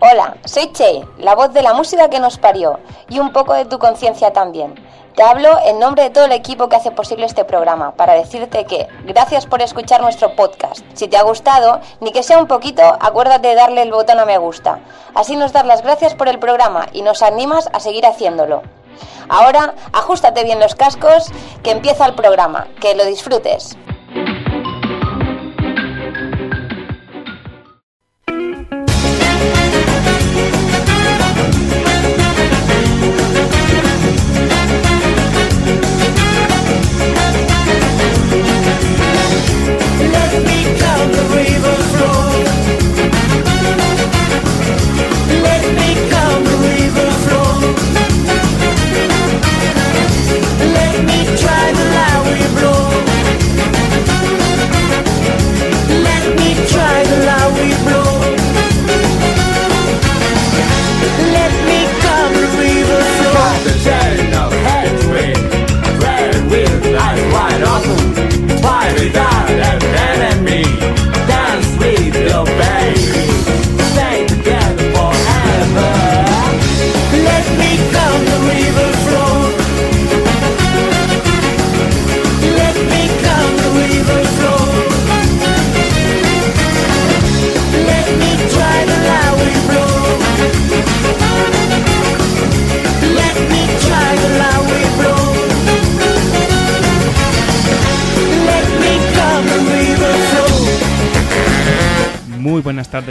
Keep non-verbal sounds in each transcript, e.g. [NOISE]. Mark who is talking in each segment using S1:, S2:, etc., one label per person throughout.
S1: Hola, soy Che, la voz de la música que nos parió y un poco de tu conciencia también. Te hablo en nombre de todo el equipo que hace posible este programa para decirte que gracias por escuchar nuestro podcast. Si te ha gustado, ni que sea un poquito, acuérdate de darle el botón a me gusta. Así nos das las gracias por el programa y nos animas a seguir haciéndolo. Ahora, ajustate bien los cascos, que empieza el programa. Que lo disfrutes.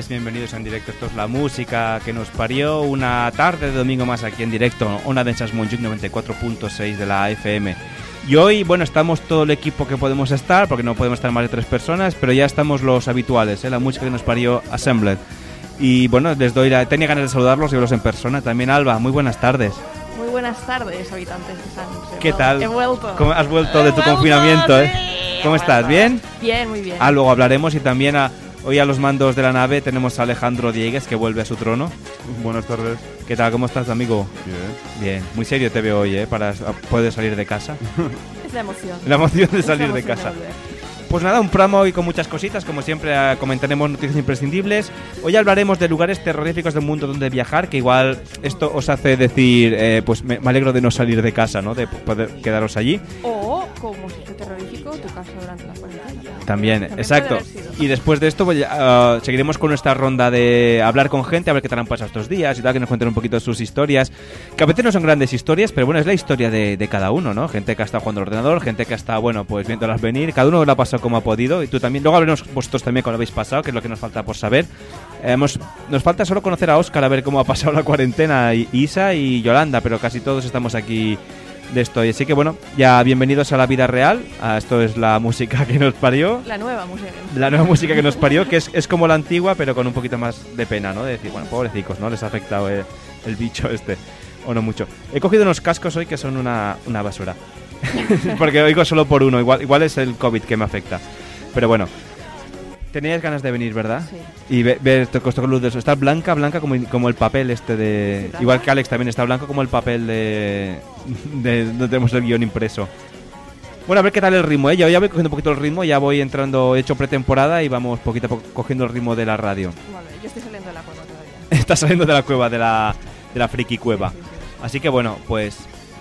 S2: bienvenidos en directo. Esto es la música que nos parió una tarde de domingo más aquí en directo, una de esas 94.6 de la FM. Y hoy, bueno, estamos todo el equipo que podemos estar, porque no podemos estar más de tres personas, pero ya estamos los habituales, ¿eh? la música que nos parió Assembled. Y bueno, les doy la... Tenía ganas de saludarlos y verlos en persona. También Alba, muy buenas tardes.
S3: Muy buenas tardes, habitantes de San José.
S2: ¿Qué tal?
S3: He vuelto.
S2: ¿Cómo has vuelto de tu vuelto, confinamiento, ¿eh?
S3: Sí,
S2: ¿Cómo estás? ¿Bien?
S3: Bien, muy bien.
S2: Ah, luego hablaremos y también a... Hoy a los mandos de la nave tenemos a Alejandro Diegues que vuelve a su trono.
S4: Buenas tardes.
S2: ¿Qué tal? ¿Cómo estás, amigo?
S4: Bien.
S2: Bien. Muy serio te veo hoy, ¿eh? Para poder salir de casa.
S3: es la emoción.
S2: La emoción de salir de casa. Pues nada, un programa hoy con muchas cositas. Como siempre, ah, comentaremos noticias imprescindibles. Hoy hablaremos de lugares terroríficos del mundo donde viajar, que igual esto os hace decir, eh, pues me, alegro de no salir de casa, ¿no? De poder quedaros allí.
S3: O como sitio terrorífico, tu casa durante la cuarentena.
S2: También, También exacto. Y después de esto pues, uh, seguiremos con nuestra ronda de hablar con gente, a ver qué tal han pasado estos días y tal, que nos cuenten un poquito sus historias. Que a veces no son grandes historias, pero bueno, es la historia de, de cada uno, ¿no? Gente que ha estado jugando al ordenador, gente que ha estado, bueno, pues viéndolas venir. Cada uno la ha pasado como ha podido y tú también. Luego hablaremos vosotros también con lo habéis pasado, que es lo que nos falta por saber. Eh, hemos, nos falta solo conocer a Oscar, a ver cómo ha pasado la cuarentena, y, Isa y Yolanda, pero casi todos estamos aquí de esto. Así que bueno, ya bienvenidos a la vida real. Ah, esto es la música que nos parió.
S3: La nueva música.
S2: La nueva música que nos parió, que es, es como la antigua, pero con un poquito más de pena, ¿no? De decir, bueno, pobrecicos, ¿no? Les ha afectado eh, el bicho este. O no mucho. He cogido unos cascos hoy que son una, una basura. [LAUGHS] Porque oigo solo por uno. Igual, igual es el COVID que me afecta. Pero bueno. Tenías ganas de venir, ¿verdad?
S3: Sí.
S2: Y ver ve, con luz de eso. Está blanca, blanca como, como el papel este de. ¿Sí, igual que Alex también está blanco como el papel de. de donde tenemos el guión impreso. Bueno, a ver qué tal el ritmo, ¿eh? Yo ya voy cogiendo un poquito el ritmo, ya voy entrando, he hecho pretemporada y vamos poquito a poco cogiendo el ritmo de la radio. [LAUGHS]
S3: Vale, yo estoy saliendo de la cueva todavía.
S2: Estás saliendo de la cueva, de la, de la friki cueva. Sí, Así que bueno, pues.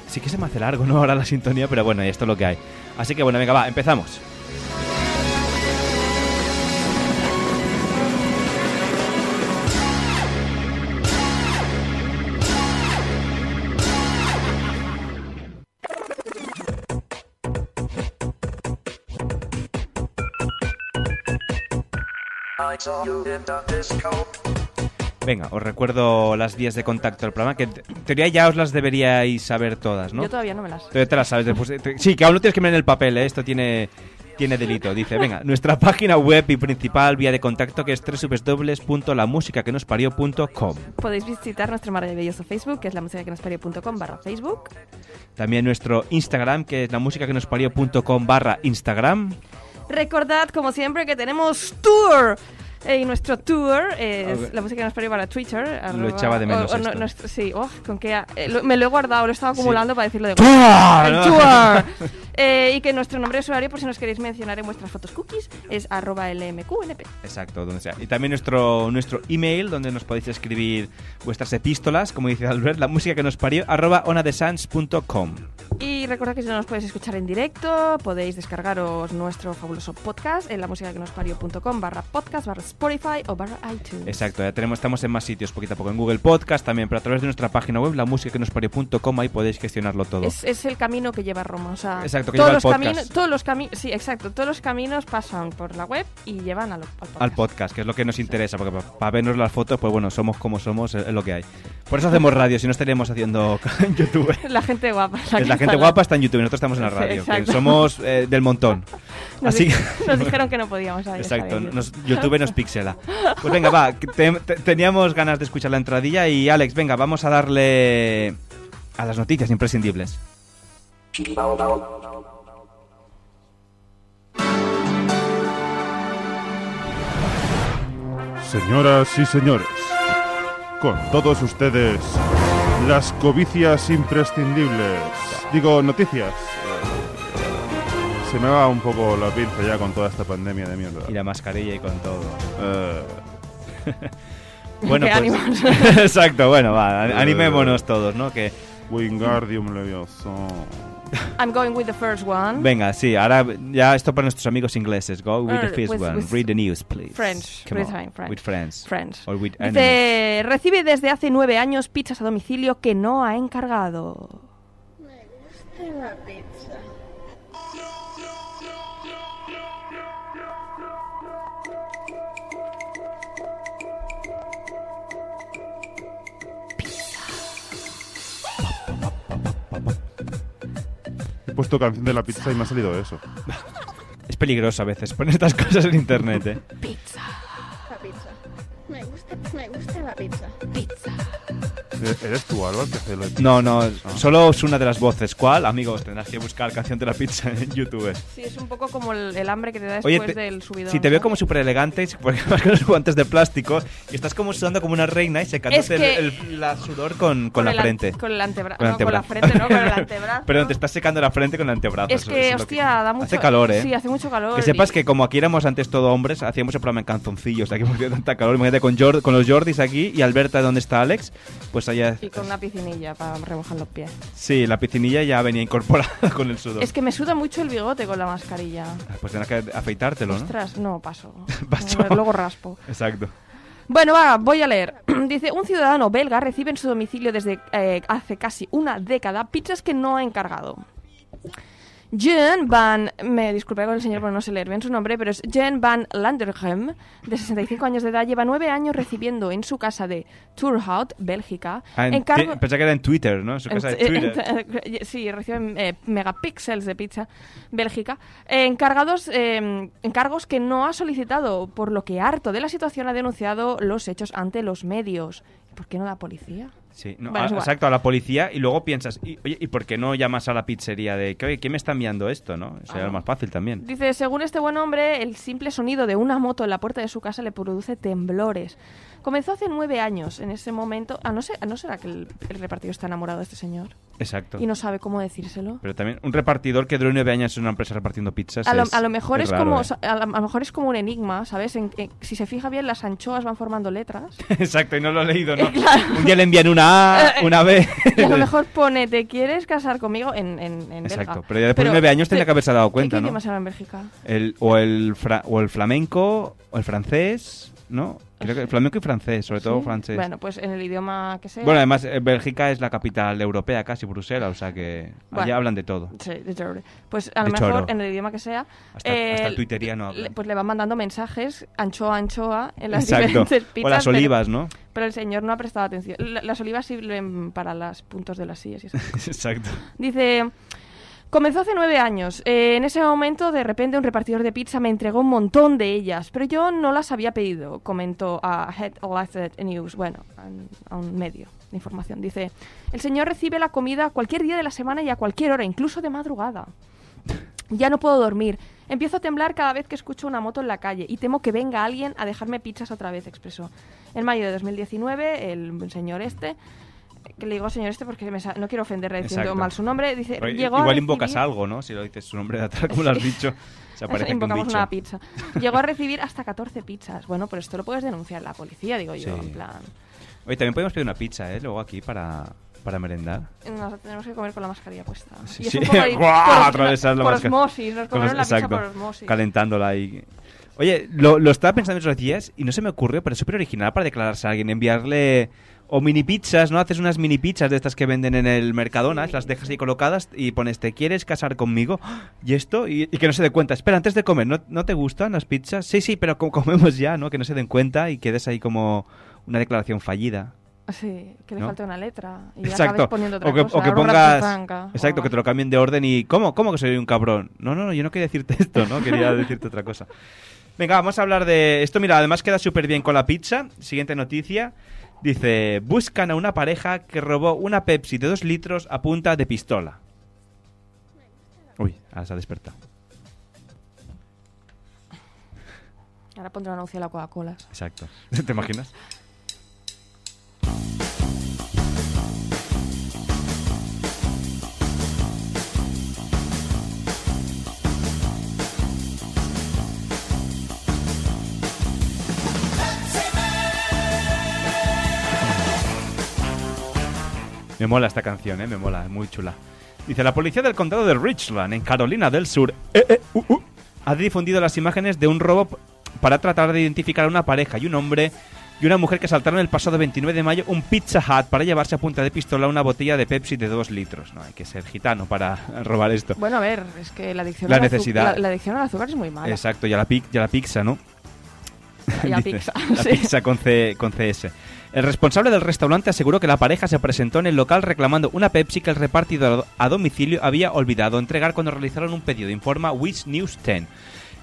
S2: Sí que se me hace largo, ¿no? Ahora la sintonía, pero bueno, esto es lo que hay. Así que bueno, venga, va, empezamos. Venga, os recuerdo las vías de contacto del programa, que en teoría ya os las deberíais saber todas, ¿no?
S3: Yo todavía no me las sé.
S2: Todavía te las sabes. Después, eh, te... sí, que aún no tienes que mirar en el papel, ¿eh? Esto tiene, tiene delito.
S3: [LAUGHS]
S2: Dice, venga, nuestra página web y principal vía de contacto que es www.lamusicaquenospario.com
S3: Podéis visitar nuestro maravilloso Facebook, que es lamusicaquenospario.com barra Facebook.
S2: También nuestro Instagram, que es lamusicaquenospario.com barra Instagram.
S3: Recordad, como siempre, que tenemos tour Eh, y nuestro tour es okay. la música que nos parió para Twitter.
S2: Arroba, lo echaba de menos.
S3: O, o
S2: esto.
S3: Nuestro, ah,
S2: [LAUGHS]
S3: sí, oh, con que, eh, lo, me lo he guardado, lo he estado acumulando sí. para decirlo de
S2: ¡Tour!
S3: ¡El tour! Eh, y que nuestro nombre de usuario, por si nos queréis mencionar en vuestras fotos cookies, es arroba lmqnp.
S2: Exacto, donde sea. Y también nuestro, nuestro email, donde nos podéis escribir vuestras epístolas, como dice Albert, la música que nos parió, arroba onadesans.com.
S3: Y recordad que si no nos podéis escuchar en directo, podéis descargaros nuestro fabuloso podcast en la música que nos parió.com barra podcast, barra Spotify o barra iTunes.
S2: Exacto, ya tenemos, estamos en más sitios poquito a poco, en Google Podcast también, pero a través de nuestra página web, la música que nos parió.com, ahí podéis gestionarlo todo.
S3: Es, es el camino que lleva a Roma, o sea,
S2: Exacto, que
S3: todos,
S2: lleva
S3: los
S2: al podcast.
S3: caminos, todos los caminos, sí, exacto, todos los caminos pasan por la web y llevan a lo- [LAUGHS] al podcast.
S2: Al podcast, que es lo que nos interesa, porque para vernos las fotos, pues bueno, somos como somos, es es lo que hay. Por eso hacemos radio, si no estaríamos haciendo [LAUGHS] YouTube.
S3: La gente guapa.
S2: Es la
S3: que
S2: gente
S3: está-
S2: guapa está en YouTube, nosotros estamos en la
S3: Sí,
S2: radio, que
S3: exacto.
S2: somos eh, del montón.
S3: Nos,
S2: Así
S3: di-
S2: que-
S3: nos dijeron que no podíamos. ahí está
S2: Exacto,
S3: bien.
S2: nos- YouTube nos pixela. Pues venga, va, que te- te- teníamos ganas de escuchar la entradilla y Alex, venga, vamos a darle a las noticias imprescindibles.
S4: Señoras y señores, con todos ustedes, las cobicias imprescindibles. Digo, noticias. Se me va un poco la pinza ya con toda esta pandemia de mierda.
S2: Y la mascarilla y con todo.
S4: Eh,
S2: [LAUGHS] Bueno,
S3: Qué
S2: pues,
S3: ánimos.
S2: [LAUGHS] exacto, bueno, va, animémonos todos, ¿no? Que
S4: Eh, Wingardium Leviosa.
S3: I'm going with the first one.
S2: venga, sí, ahora ya esto para nuestros amigos ingleses. Go with the
S3: Or Ah,
S2: first
S3: with-
S2: one.
S3: with
S2: Read the news, please.
S3: French,
S2: Come
S3: with
S2: on.
S3: time, French.
S2: With friends.
S3: Friends.
S2: Or with enemies.
S3: Dice, recibe desde hace nueve años pizzas a domicilio que no ha encargado.
S5: Me gusta la pizza.
S4: He puesto canción de la pizza y me ha salido eso.
S2: Es peligroso a veces poner estas cosas en internet, ¿eh?
S3: Pizza,
S5: La pizza. Me gusta, me gusta la pizza.
S3: pizza.
S4: Eh, ¿Eres tú, Álvaro, que hace la pizza?
S2: No, no, solo es una de las voces. ¿Cuál? Amigos, tendrás que buscar canción de la pizza en YouTube.
S3: Sí, es un poco como el, el hambre que te da después
S2: Oye, te-
S3: del subidón.
S2: si te veo
S3: ¿sabes?
S2: como súper elegante, [LAUGHS] porque vas con los guantes de plástico y estás como sudando como una reina y secándote
S3: Es que-
S2: el, el- la sudor con, con, la
S3: el an-
S2: frente.
S3: Con el antebrazo.
S2: Con el
S3: con la
S2: antebrazo.
S3: frente, no, con
S2: [LAUGHS]
S3: el antebrazo.
S2: Perdón, te estás secando la frente con el antebrazo.
S3: Es
S2: eso-
S3: que,
S2: eso lo
S3: hostia, da mucho...
S2: Hace calor, ¿eh?
S3: Sí, hace mucho calor.
S2: Que sepas
S3: y-
S2: que como aquí éramos antes todo hombres, hacíamos el programa en canzoncillos, aquí hemos tenido tanta calor, imagínate con, Jord- con los Jordis aquí y Alberta, donde está Alex, pues allá...
S3: Y con una piscinilla para remojar los pies.
S2: Sí, la piscinilla ya venía incorporada [LAUGHS] con el sudor.
S3: Es que me suda mucho el bigote con la mascarilla.
S2: Ah, Pues tendrás que afeitártelo, ¿no?
S3: Ostras, no, paso.
S2: [LAUGHS] Paso.
S3: Luego raspo.
S2: Exacto.
S3: Bueno, va, voy a leer. [CLEARS THROAT] Dice, un ciudadano belga recibe en su domicilio desde eh, hace casi una década pizzas que no ha encargado. Jen Van, me disculpe con el señor por no sé leer bien su nombre, pero es Jen Van Landergem, de 65 años de edad, lleva nueve años recibiendo en su casa de Tourhout, Bélgica,
S2: Ah, en
S3: encargo-
S2: Twi- Pensaba que era en Twitter, ¿no? En su casa de Twitter.
S3: eh, Sí, reciben eh, megapíxeles de pizza Bélgica. Eh, encargados, eh, encargos que no ha solicitado, por lo que harto de la situación ha denunciado los hechos ante los medios. ¿Por qué no la policía?
S2: Sí, no,
S3: Vale,
S2: a-
S3: es igual.
S2: exacto, a la policía y luego piensas, y, oye, ¿y por qué no llamas a la pizzería de que, oye, ¿quién me está enviando esto, no? Sería lo más fácil también.
S3: Dice, según este buen hombre, el simple sonido de una moto en la puerta de su casa le produce temblores. Comenzó hace nueve años. En ese momento, ah, no, sé, ¿no será que el, el repartido está enamorado de este señor
S2: Exacto.
S3: y no sabe cómo decírselo?
S2: Pero también un repartidor que dure nueve años en una empresa repartiendo pizzas.
S3: A lo,
S2: es-
S3: a lo mejor es,
S2: raro,
S3: como
S2: ¿eh?
S3: sa- a, lo, a lo mejor es como un enigma, ¿sabes? En que- si se fija bien, las anchoas van formando
S2: [LAUGHS]
S3: letras.
S2: [LAUGHS] Exacto, y no lo he
S3: [LAUGHS]
S2: leído, ¿no?
S3: Eh, claro.
S2: Un día le envían una
S3: Eh,
S2: A,
S3: [LAUGHS] eh.
S2: una B.
S3: Y a lo mejor pone, ¿te quieres casar conmigo? En, en, en
S2: Exacto,
S3: belga.
S2: pero ya después de nueve años tenía
S3: te-
S2: que haberse dado
S3: ¿qué-
S2: cuenta,
S3: ¿Qué
S2: ¿no?
S3: idiomas hablan en Bélgica?
S2: El, o, el fra- o el flamenco, o el francés, ¿no? Creo que el flamenco y francés, sobre todo
S3: ¿Sí?
S2: francés.
S3: Bueno, pues en el idioma que sea.
S2: Bueno, además, eh, Bélgica es la capital europea, casi Bruselas, o sea que allá
S3: Bueno.
S2: hablan de todo.
S3: Sí, de chorro. pues a lo
S2: De
S3: mejor
S2: choro.
S3: en el idioma que sea.
S2: Hasta, hasta el
S3: eh,
S2: tuiteriano habla.
S3: le- pues le van mandando mensajes anchoa, anchoa en las
S2: Exacto.
S3: diferentes pizzas.
S2: o las
S3: pero-
S2: olivas, ¿no?
S3: Pero, el señor no ha prestado atención. La- las olivas sirven para los puntos de las sillas y esas
S2: [LAUGHS] Exacto.
S3: Dice, comenzó hace nueve años. Eh, en ese momento, de repente, un repartidor de pizza me entregó un montón de ellas, pero yo no las había pedido, comentó a Head Lighted News, bueno, a un- a un medio de información. Dice, el señor recibe la comida cualquier día de la semana y a cualquier hora, incluso de madrugada. Ya no puedo dormir. Empiezo a temblar cada vez que escucho una moto en la calle y temo que venga alguien a dejarme pizzas otra vez, expresó. En mayo de 2019, el señor este que le digo señor este porque me sa- no quiero ofenderle diciendo
S2: Exacto.
S3: mal su nombre, dice,
S2: Pero
S3: llegó Eh, a
S2: igual invocas
S3: recibir-
S2: algo, ¿no? Si lo dices su nombre de atrás, como lo has dicho, se aparece con
S3: Invocamos
S2: dicho.
S3: una pizza. Llegó a recibir hasta 14 pizzas. Bueno, pero esto lo puedes denunciar a la policía, digo yo,
S2: Sí.
S3: en plan.
S2: Oye, también podemos pedir una pizza, ¿eh? Luego aquí para, para merendar.
S3: Nos la tenemos que comer con la mascarilla puesta.
S2: Sí,
S3: Y es
S2: sí.
S3: un poco de-
S2: [LAUGHS] ¡Guau!
S3: por os-
S2: Atravesar la
S3: por
S2: mascarilla.
S3: osmosis, nos comieron la pizza
S2: Exacto.
S3: por osmosis.
S2: Calentándola ahí. Oye, lo, lo estaba pensando esos días y no se me ocurrió, pero es súper original para declararse a alguien. Enviarle o mini pizzas, ¿no? Haces unas mini pizzas de estas que venden en el Mercadona, las dejas ahí colocadas y pones, ¿te quieres casar conmigo? [GASPS] Y esto, y, y que no se dé cuenta. Espera, antes de comer, ¿no, ¿no te gustan las pizzas? Sí, sí, pero co- comemos ya, ¿no? Que no se den cuenta y quedes ahí como una declaración fallida.
S3: Sí, que le
S2: ¿No?
S3: falta una letra. Y
S2: Exacto.
S3: acabes poniendo otra
S2: o que,
S3: cosa,
S2: o que
S3: algo
S2: pongas.
S3: raquifranca, o
S2: Exacto,
S3: algo
S2: que te lo cambien de orden y. ¿Cómo? ¿Cómo que soy un cabrón? No, no, no, yo no quería decirte [LAUGHS] esto, ¿no? Quería decirte otra cosa. Venga, vamos a hablar de. Esto, mira, además queda súper bien con la pizza. Siguiente noticia. Dice: Buscan a una pareja que robó una Pepsi de dos litros a punta de pistola. Uy, ahora se ha despertado.
S3: así. Ahora pondré un anuncio a la Coca-Cola.
S2: Exacto. [LAUGHS] ¿Te imaginas? Me mola esta canción, ¿eh? me mola, es muy chula. Dice, la policía del condado de Richland, en Carolina del Sur, eh, eh, uh, uh, ha difundido las imágenes de un robo p- para tratar de identificar a una pareja y un hombre y una mujer que saltaron el pasado 29 de mayo un Pizza Hut para llevarse a punta de pistola una botella de Pepsi de 2 litros. No, hay que ser gitano para [LAUGHS] robar esto.
S3: Bueno, a ver, es que la adicción,
S2: La
S3: al azu-
S2: necesidad.
S3: la- la adicción al azúcar es muy mala.
S2: Exacto, ya la, pi- ya la pizza, ¿no?
S3: Y a
S2: [LAUGHS] Dice,
S3: pizza. [LAUGHS]
S2: La
S3: sí.
S2: pizza con, C- con CS. El responsable del restaurante aseguró que la pareja se presentó en el local reclamando una Pepsi que el repartidor a domicilio había olvidado entregar cuando realizaron un pedido, informa Wish News 10.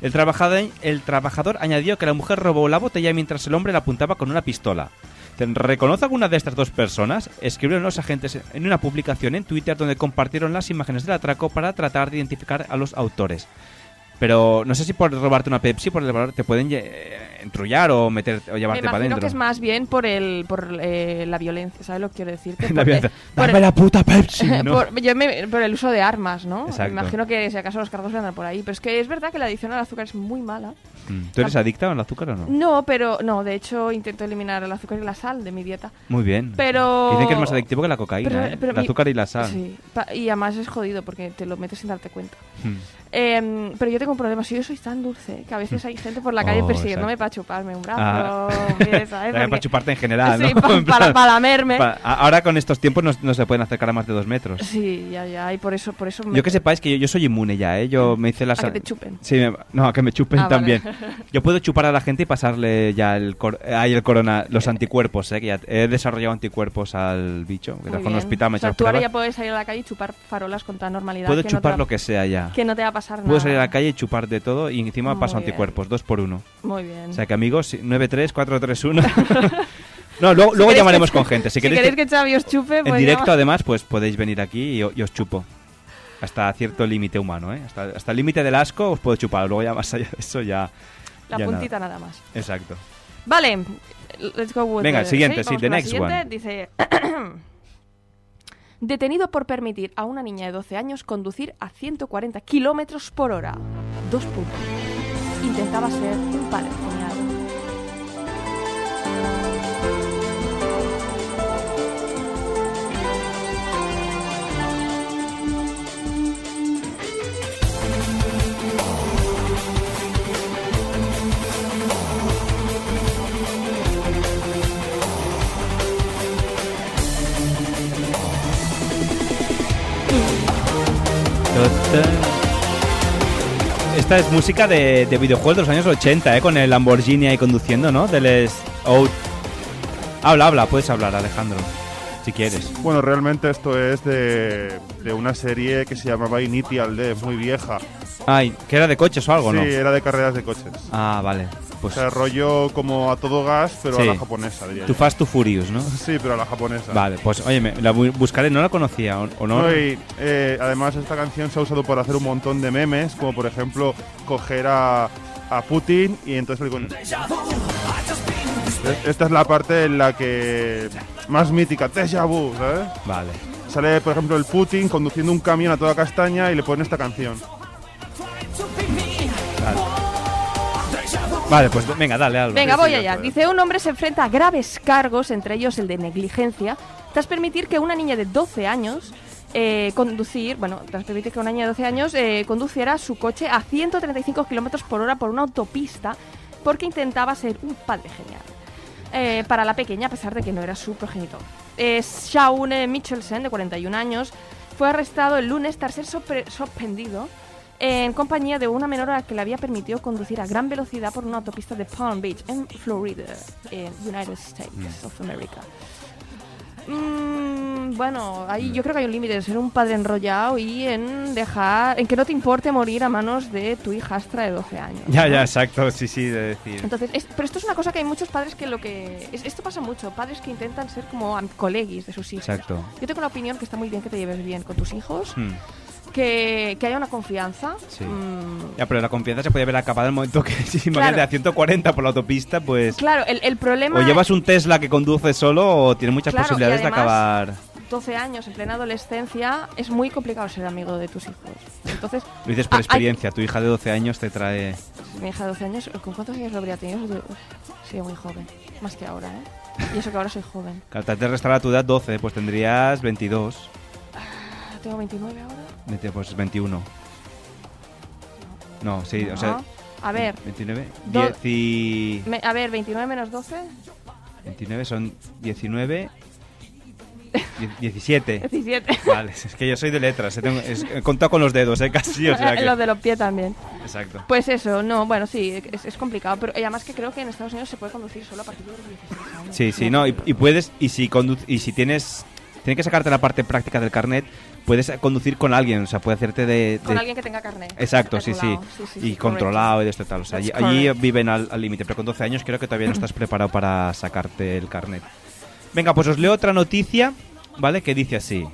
S2: El trabajador, el trabajador añadió que la mujer robó la botella mientras el hombre la apuntaba con una pistola. Dicen, ¿Reconoce alguna de estas dos personas? Escribieron los agentes en una publicación en Twitter donde compartieron las imágenes del atraco para tratar de identificar a los autores. Pero no sé si por robarte una Pepsi, por el valor, te pueden eh, entrullar o meter o
S3: Me
S2: llevarte para
S3: imagino
S2: adentro.
S3: que es más bien por el por eh, la violencia, ¿sabes lo que quiero decirte?
S2: [LAUGHS] La
S3: Porque-
S2: violencia.
S3: por el-
S2: Dame la
S3: [LAUGHS]
S2: puta Pepsi. ¿no?
S3: por, yo me- por el uso de armas, ¿no?
S2: Exacto.
S3: Me Imagino que si acaso los cargos andan por ahí. Pero es que es verdad que la adicción al azúcar es muy mala.
S2: Mm, ¿Tú eres
S3: Ah.
S2: adicta al azúcar o no?
S3: No, pero no, de hecho intento eliminar el azúcar y la sal de mi dieta.
S2: Muy bien.
S3: Pero-
S2: Dicen que es más adictivo que la cocaína,
S3: Pero-
S2: ¿eh?
S3: pero
S2: el
S3: mi-
S2: azúcar y la sal.
S3: Sí, pa- y además es jodido porque te lo metes sin darte cuenta.
S2: Mm.
S3: Eh, pero yo tengo un problema, si yo soy tan dulce que a veces hay gente por la calle
S2: Oh,
S3: persiguiéndome
S2: exacto.
S3: para chuparme un brazo. [LAUGHS]
S2: Ah. [LAUGHS]
S3: ¿sabes?
S2: Para
S3: Porque-
S2: chuparte en
S3: [LAUGHS]
S2: general,
S3: Sí,
S2: ¿no? [LAUGHS]
S3: pa-
S2: En
S3: para-
S2: plan,
S3: para lamerme.
S2: pa- a- ahora con estos tiempos no, no se pueden acercar a más de dos metros.
S3: Sí, ya, ya, y por eso, por eso me-
S2: Yo que sepáis que yo, yo soy inmune ya, ¿eh? Yo me hice las...
S3: Ah. A que te chupen.
S2: Sí, me- no, a que me chupen
S3: Ah, vale.
S2: también.
S3: [LAUGHS]
S2: Yo puedo chupar a la gente y pasarle ya el, cor- eh, ahí el corona, los anticuerpos, ¿eh? Que ya he desarrollado anticuerpos al bicho. Que
S3: Muy
S2: trajo en el
S3: bien.
S2: hospital, me
S3: O sea,
S2: he hecho
S3: tú ahora
S2: pruebas.
S3: ya puedes salir a la calle y chupar farolas con toda normalidad.
S2: Puedo
S3: que no te
S2: chupar
S3: va-
S2: lo que sea ya.
S3: Que no te va a pasar nada.
S2: Puedo salir a la calle y chupar de todo y encima
S3: Muy
S2: paso
S3: bien.
S2: anticuerpos, dos por uno.
S3: Muy bien.
S2: O sea que amigos,
S3: [LAUGHS]
S2: 93431. [LAUGHS] no, luego, luego
S3: queréis
S2: llamaremos
S3: que-
S2: con gente.
S3: [LAUGHS]
S2: Si
S3: si
S2: queréis,
S3: queréis
S2: que-
S3: que Xavi os chupe,
S2: en
S3: pues
S2: directo
S3: llama-
S2: además, pues podéis venir aquí y, o- y os chupo. Hasta cierto límite humano, ¿eh? Hasta, hasta el límite del asco os puedo chupar. Luego ya más allá de eso ya...
S3: la
S2: ya nada.
S3: puntita nada. más.
S2: Exacto.
S3: Vale, let's go with
S2: Venga,
S3: the-
S2: siguiente, sí,
S3: vamos
S2: the
S3: con la
S2: next
S3: siguiente.
S2: one.
S3: Dice... [CLEARS THROAT] Detenido por permitir a una niña de 12 años conducir a 140 kilómetros por hora. Dos puntos. Intentaba ser un padre genial.
S2: Esta es música de, de videojuegos de los años 80, ¿eh? Con el Lamborghini ahí conduciendo, ¿no? Del... es- out- Habla, habla, puedes hablar, Alejandro. Si quieres.
S4: Bueno, realmente esto es de, de una serie que se llamaba Initial D, muy vieja.
S2: Ay, que era de coches o algo,
S4: sí,
S2: ¿no?
S4: era de carreras de coches.
S2: Ah, vale.
S4: O
S2: Pues
S4: sea, rollo como a todo gas, pero a
S2: Sí.
S4: la japonesa, diría
S2: Too
S4: yo.
S2: Fast, Too Furious, ¿no?
S4: Sí, pero a la japonesa.
S2: Vale, pues oye, me- la bu- buscaré, no la conocía, ¿o, o no?
S4: No, y, eh, además esta canción se ha usado para hacer un montón de memes, como por ejemplo coger a, a Putin y entonces le con- E- Esta es la parte en la que. más mítica, Deja vu, ¿sabes?
S2: Vale.
S4: Sale, por ejemplo, el Putin conduciendo un camión a toda castaña y le ponen esta canción.
S2: Vale, pues venga, dale, Álvaro.
S3: Venga,
S4: sí,
S3: voy
S4: ya
S3: allá.
S4: está.
S3: Dice, un hombre se enfrenta a graves cargos, entre ellos el de negligencia, tras permitir que una niña de 12 años eh, conducir, bueno, tras permitir que una niña de 12 años eh, conduciera su coche a 135 kilómetros por hora por una autopista porque intentaba ser un padre genial. eh, para la pequeña, a pesar de que no era su progenitor. Eh, Shaun eh, Michelsen, de 41 años, fue arrestado el lunes tras ser sorpre- sorprendido en compañía de una menor a la que le había permitido conducir a gran velocidad por una autopista de Palm Beach, en Florida, en United States of America. Mm, bueno, ahí yo creo que hay un límite en ser un padre enrollado y en dejar, en que no te importe morir a manos de tu hijastra de 12 años.
S2: Ya,
S3: ¿no?
S2: ya, exacto, sí, sí, de decir.
S3: Entonces, es- pero esto es una cosa que hay muchos padres que lo que... es- esto pasa mucho, padres que intentan ser como am- coleguis de sus hijos.
S2: Exacto.
S3: Yo tengo la opinión que está muy bien que te lleves bien con tus hijos,
S2: Hmm.
S3: que, que haya una confianza.
S2: Sí.
S3: mm,
S2: Ya, pero la confianza se podía haber acabado en el momento que [LAUGHS] si imagínate a 140 por la autopista, pues...
S3: claro, el, el problema...
S2: O llevas un Tesla que conduce solo o tienes muchas
S3: Claro, y
S2: posibilidades de
S3: además-
S2: acabar...
S3: 12 años en plena adolescencia, es muy complicado ser amigo de tus hijos. Entonces,
S2: Lo dices por
S3: Ah, hay-
S2: experiencia, tu hija de 12 años te trae...
S3: mi hija de 12 años, ¿con cuántos años lo habría tenido? Uf, Sí, muy joven. Más que ahora, ¿eh? Y eso que ahora soy joven.
S2: Claro, te de restar a tu edad 12, pues tendrías 22,
S3: Ah, Tengo 29 ahora.
S2: vete, pues 21. No, sí, o
S3: No.
S2: sea...
S3: A ver,
S2: 29,
S3: do-
S2: 10 y...
S3: me- a ver, 29 menos 12, [LAUGHS]
S2: 29 son 19... die-
S3: [LAUGHS]
S2: 17.
S3: 17.
S2: Vale, es que yo soy de letras, eh, tengo- es- he contado con los dedos, eh, casi,
S3: [LAUGHS]
S2: o sea que...
S3: Lo de los pies también.
S2: Exacto.
S3: Pues eso, no, bueno, sí, es, es complicado. Pero y además que creo que en Estados Unidos se puede conducir solo a partir de los
S2: Eh,
S3: 16 años.
S2: Sí, sí, no, y, y puedes, y si, condu- y si tienes, tienes que sacarte la parte práctica del carnet, puedes eh, conducir con alguien, o sea, puede hacerte de...
S3: Con
S2: de-
S3: alguien que tenga carnet.
S2: Exacto, sí, sí,
S3: Regulado, sí,
S2: Y
S3: sí,
S2: controlado y de esto y tal. O sea, allí,
S3: That's
S2: allí
S3: correct.
S2: viven al al límite, pero con 12 años creo que todavía no estás preparado para sacarte el carnet. Venga, pues os leo otra noticia, ¿vale? Que dice así.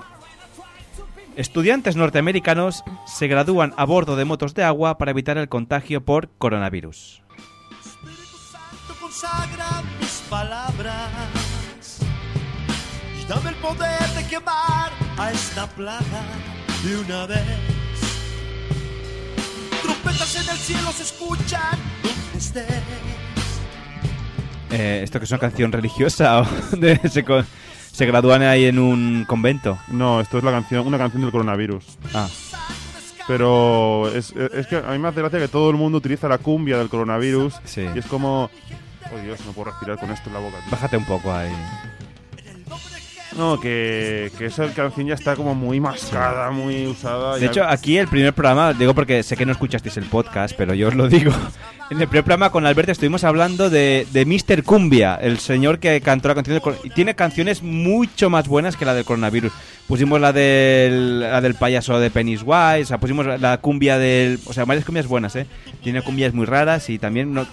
S2: Estudiantes norteamericanos se gradúan a bordo de motos de agua para evitar el contagio por coronavirus.
S6: Espíritu Santo, consagra mis palabras y dame el poder de quemar a esta plaga de una vez. Trompetas en el cielo se escuchan donde estés.
S2: Eh, ¿Esto que es una canción religiosa? [LAUGHS] o de- se, co- se gradúan ahí en un convento.
S4: No, esto es la canción, una canción del coronavirus.
S2: Ah,
S4: Pero es, es que a mí me hace gracia que todo el mundo utiliza la cumbia del coronavirus.
S2: Sí.
S4: Y es como. Oh Dios, no puedo respirar con esto en la boca. tío".
S2: bájate un poco ahí.
S4: No, que, que esa canción ya está como muy mascada, muy usada.
S2: De
S4: ya-
S2: hecho, aquí el primer programa, digo porque sé que no escuchasteis el podcast, pero yo os lo digo. En el primer programa con Alberto estuvimos hablando de, de Mr. Cumbia, el señor que cantó la canción del cor- y tiene canciones mucho más buenas que la del coronavirus. Pusimos la del, la del payaso de Pennywise, o sea, pusimos la- la cumbia del... O sea, varias cumbias buenas, ¿eh? Tiene cumbias muy raras y también no,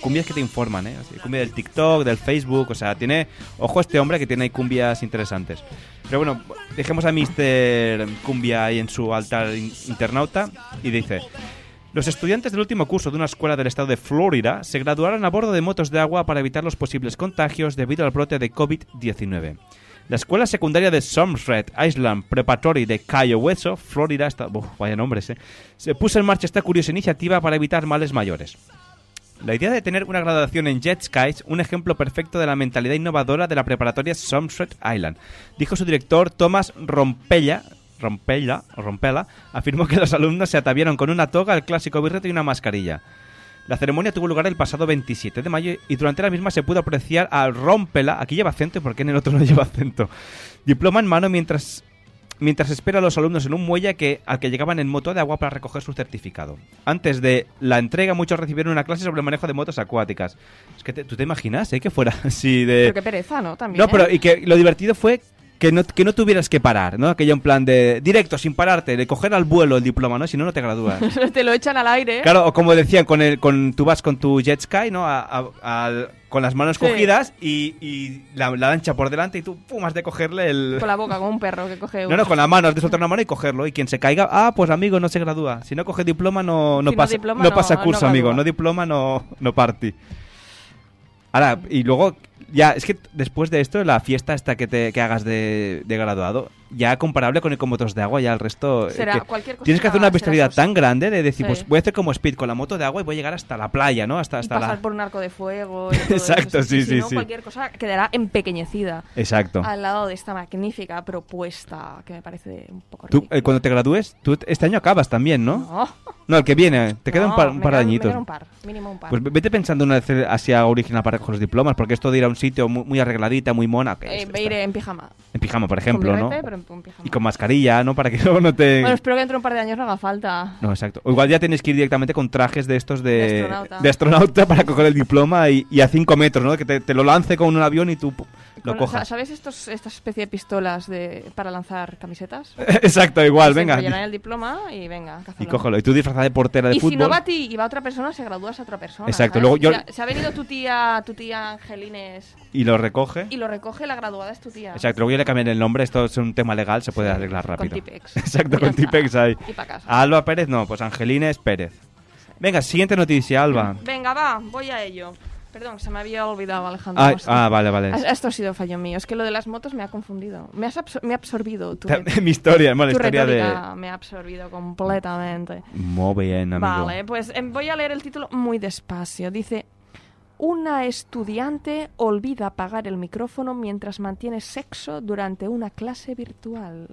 S2: cumbias que te informan, ¿eh? Así, cumbia del TikTok, del Facebook, o sea, tiene... Ojo a este hombre que tiene ahí cumbias interesantes. Pero bueno, dejemos a Mr. Cumbia ahí en su altar in- internauta y dice... Los estudiantes del último curso de una escuela del estado de Florida se graduaron a bordo de motos de agua para evitar los posibles contagios debido al brote de COVID-19. La escuela secundaria de Somerset Island Preparatory de Cayo Hueso, Florida, esta- Uf, vaya nombres, eh, se puso en marcha esta curiosa iniciativa para evitar males mayores. La idea de tener una graduación en Jet Skies, un ejemplo perfecto de la mentalidad innovadora de la preparatoria Somerset Island, dijo su director Thomas Rompella. Rompella, o Rompela, afirmó que los alumnos se ataviaron con una toga, el clásico birrete y una mascarilla. La ceremonia tuvo lugar el pasado 27 de mayo y durante la misma se pudo apreciar a Rompela, aquí lleva acento, porque en el otro no [LAUGHS] lleva acento? Diploma en mano mientras mientras espera a los alumnos en un muelle que, al que llegaban en moto de agua para recoger su certificado. Antes de la entrega, muchos recibieron una clase sobre el manejo de motos acuáticas. Es que te- tú te imaginas, ¿eh? Que fuera [LAUGHS] así de...
S3: Pero qué pereza, ¿no? También. ¿eh?
S2: No, pero y que lo divertido fue que no, que no tuvieras que parar, ¿no? Aquello en plan de directo, sin pararte, de coger al vuelo el diploma, ¿no? Si no, no te gradúas.
S3: [LAUGHS] Te lo echan al aire.
S2: Claro, o como decían, con el, con, tú vas con tu jet sky, ¿no? A- a- al- con las manos
S3: Sí.
S2: cogidas y, y la, la lancha por delante y tú, pum, has de cogerle el...
S3: Con la boca, como un perro que coge...
S2: No, no, con la mano, has de soltar una mano y cogerlo. Y quien se caiga, ah, pues amigo, no se gradúa. Si no coge diploma, no, no
S3: Si no
S2: pasa,
S3: diploma,
S2: no
S3: no-
S2: pasa curso,
S3: no
S2: amigo.
S3: gradúa.
S2: No diploma, no, no party. Ahora, y luego, ya, es que después de esto, la fiesta hasta que te que hagas de, de graduado, ya comparable con el con motos de agua, ya el resto. eh,
S3: Será
S2: que
S3: cualquier cosa
S2: Tienes que hacer
S3: será-
S2: una bestialidad
S3: será cosa.
S2: tan grande de decir, pues
S3: Sí.
S2: voy a hacer como Speed con la moto de agua y voy a llegar hasta la playa, ¿no? Hasta,
S3: Y
S2: hasta
S3: pasar
S2: la.
S3: por un arco de fuego. y todo eso.
S2: Exacto, sí,
S3: si
S2: sí,
S3: no,
S2: sí.
S3: Cualquier cosa quedará empequeñecida
S2: Exacto.
S3: al lado de esta magnífica propuesta que me parece un poco
S2: Tú,
S3: ridícula.
S2: eh, cuando te gradúes, tú este año acabas también, ¿no?
S3: No,
S2: No, el que viene, te queda
S3: no,
S2: un par, un
S3: me
S2: par de
S3: quedan- me
S2: añitos.
S3: quedan un par, mínimo un par.
S2: Pues vete pensando una vez hacia original para con los diplomas, porque esto de ir a un sitio muy, muy arregladita, muy mona, que
S3: Eh,
S2: es-
S3: me
S2: está-
S3: iré en pijama.
S2: en pijama, por
S3: Con
S2: ejemplo,
S3: birrete,
S2: ¿no?
S3: pero en- en pijama.
S2: Y con mascarilla, ¿no? Para que [LAUGHS] luego no te...
S3: Bueno, espero que dentro de un par de años no haga falta.
S2: No, exacto. O igual ya tienes que ir directamente con trajes de estos de,
S3: De astronauta.
S2: de astronauta para coger el diploma y, y a 5 metros, ¿no? Que te, te lo lance con un avión y tú pum, lo
S3: Con-
S2: cojas.
S3: ¿Sabes estos, esta especie de pistolas de, para lanzar camisetas?
S2: [LAUGHS] exacto, [LAUGHS] igual,
S3: Se
S2: venga.
S3: enrollarán el diploma y venga,
S2: Y
S3: cázalo.
S2: cógelo. Y tú disfrazada de portera de
S3: Y
S2: fútbol.
S3: si no va a ti y va a otra persona, se gradúas a otra persona.
S2: Exacto,
S3: ¿sabes?
S2: luego yo-
S3: O sea, se ha venido tu tía, tu tía Angelines
S2: y lo recoge.
S3: y lo recoge, la graduada es tu tía.
S2: ¿Eh? Exacto, luego yo le cambié el nombre, esto es un tema legal, se puede
S3: Sí,
S2: arreglar
S3: con
S2: rápido.
S3: Tipex.
S2: [LAUGHS] Exacto,
S3: Y
S2: con
S3: ya está.
S2: Tipex ahí.
S3: Y pa' casa.
S2: Alba Pérez, no, pues Angelines Pérez. Venga, siguiente noticia, Alba.
S3: Venga, va, voy a ello. Perdón, se me había olvidado, Alejandro.
S2: Ah,
S3: Hostia.
S2: ah, vale, vale.
S3: Ah, Esto ha sido fallo mío. Es que lo de las motos me ha confundido. Me, has absor- me ha absorbido
S2: [LAUGHS]
S3: tu, re-
S2: Mi historia, bueno, la
S3: tu
S2: historia de...
S3: retórica Me ha absorbido completamente.
S2: Muy bien, amigo.
S3: Vale, pues em, voy a leer el título muy despacio. Dice, una estudiante olvida apagar el micrófono mientras mantiene sexo durante una clase virtual.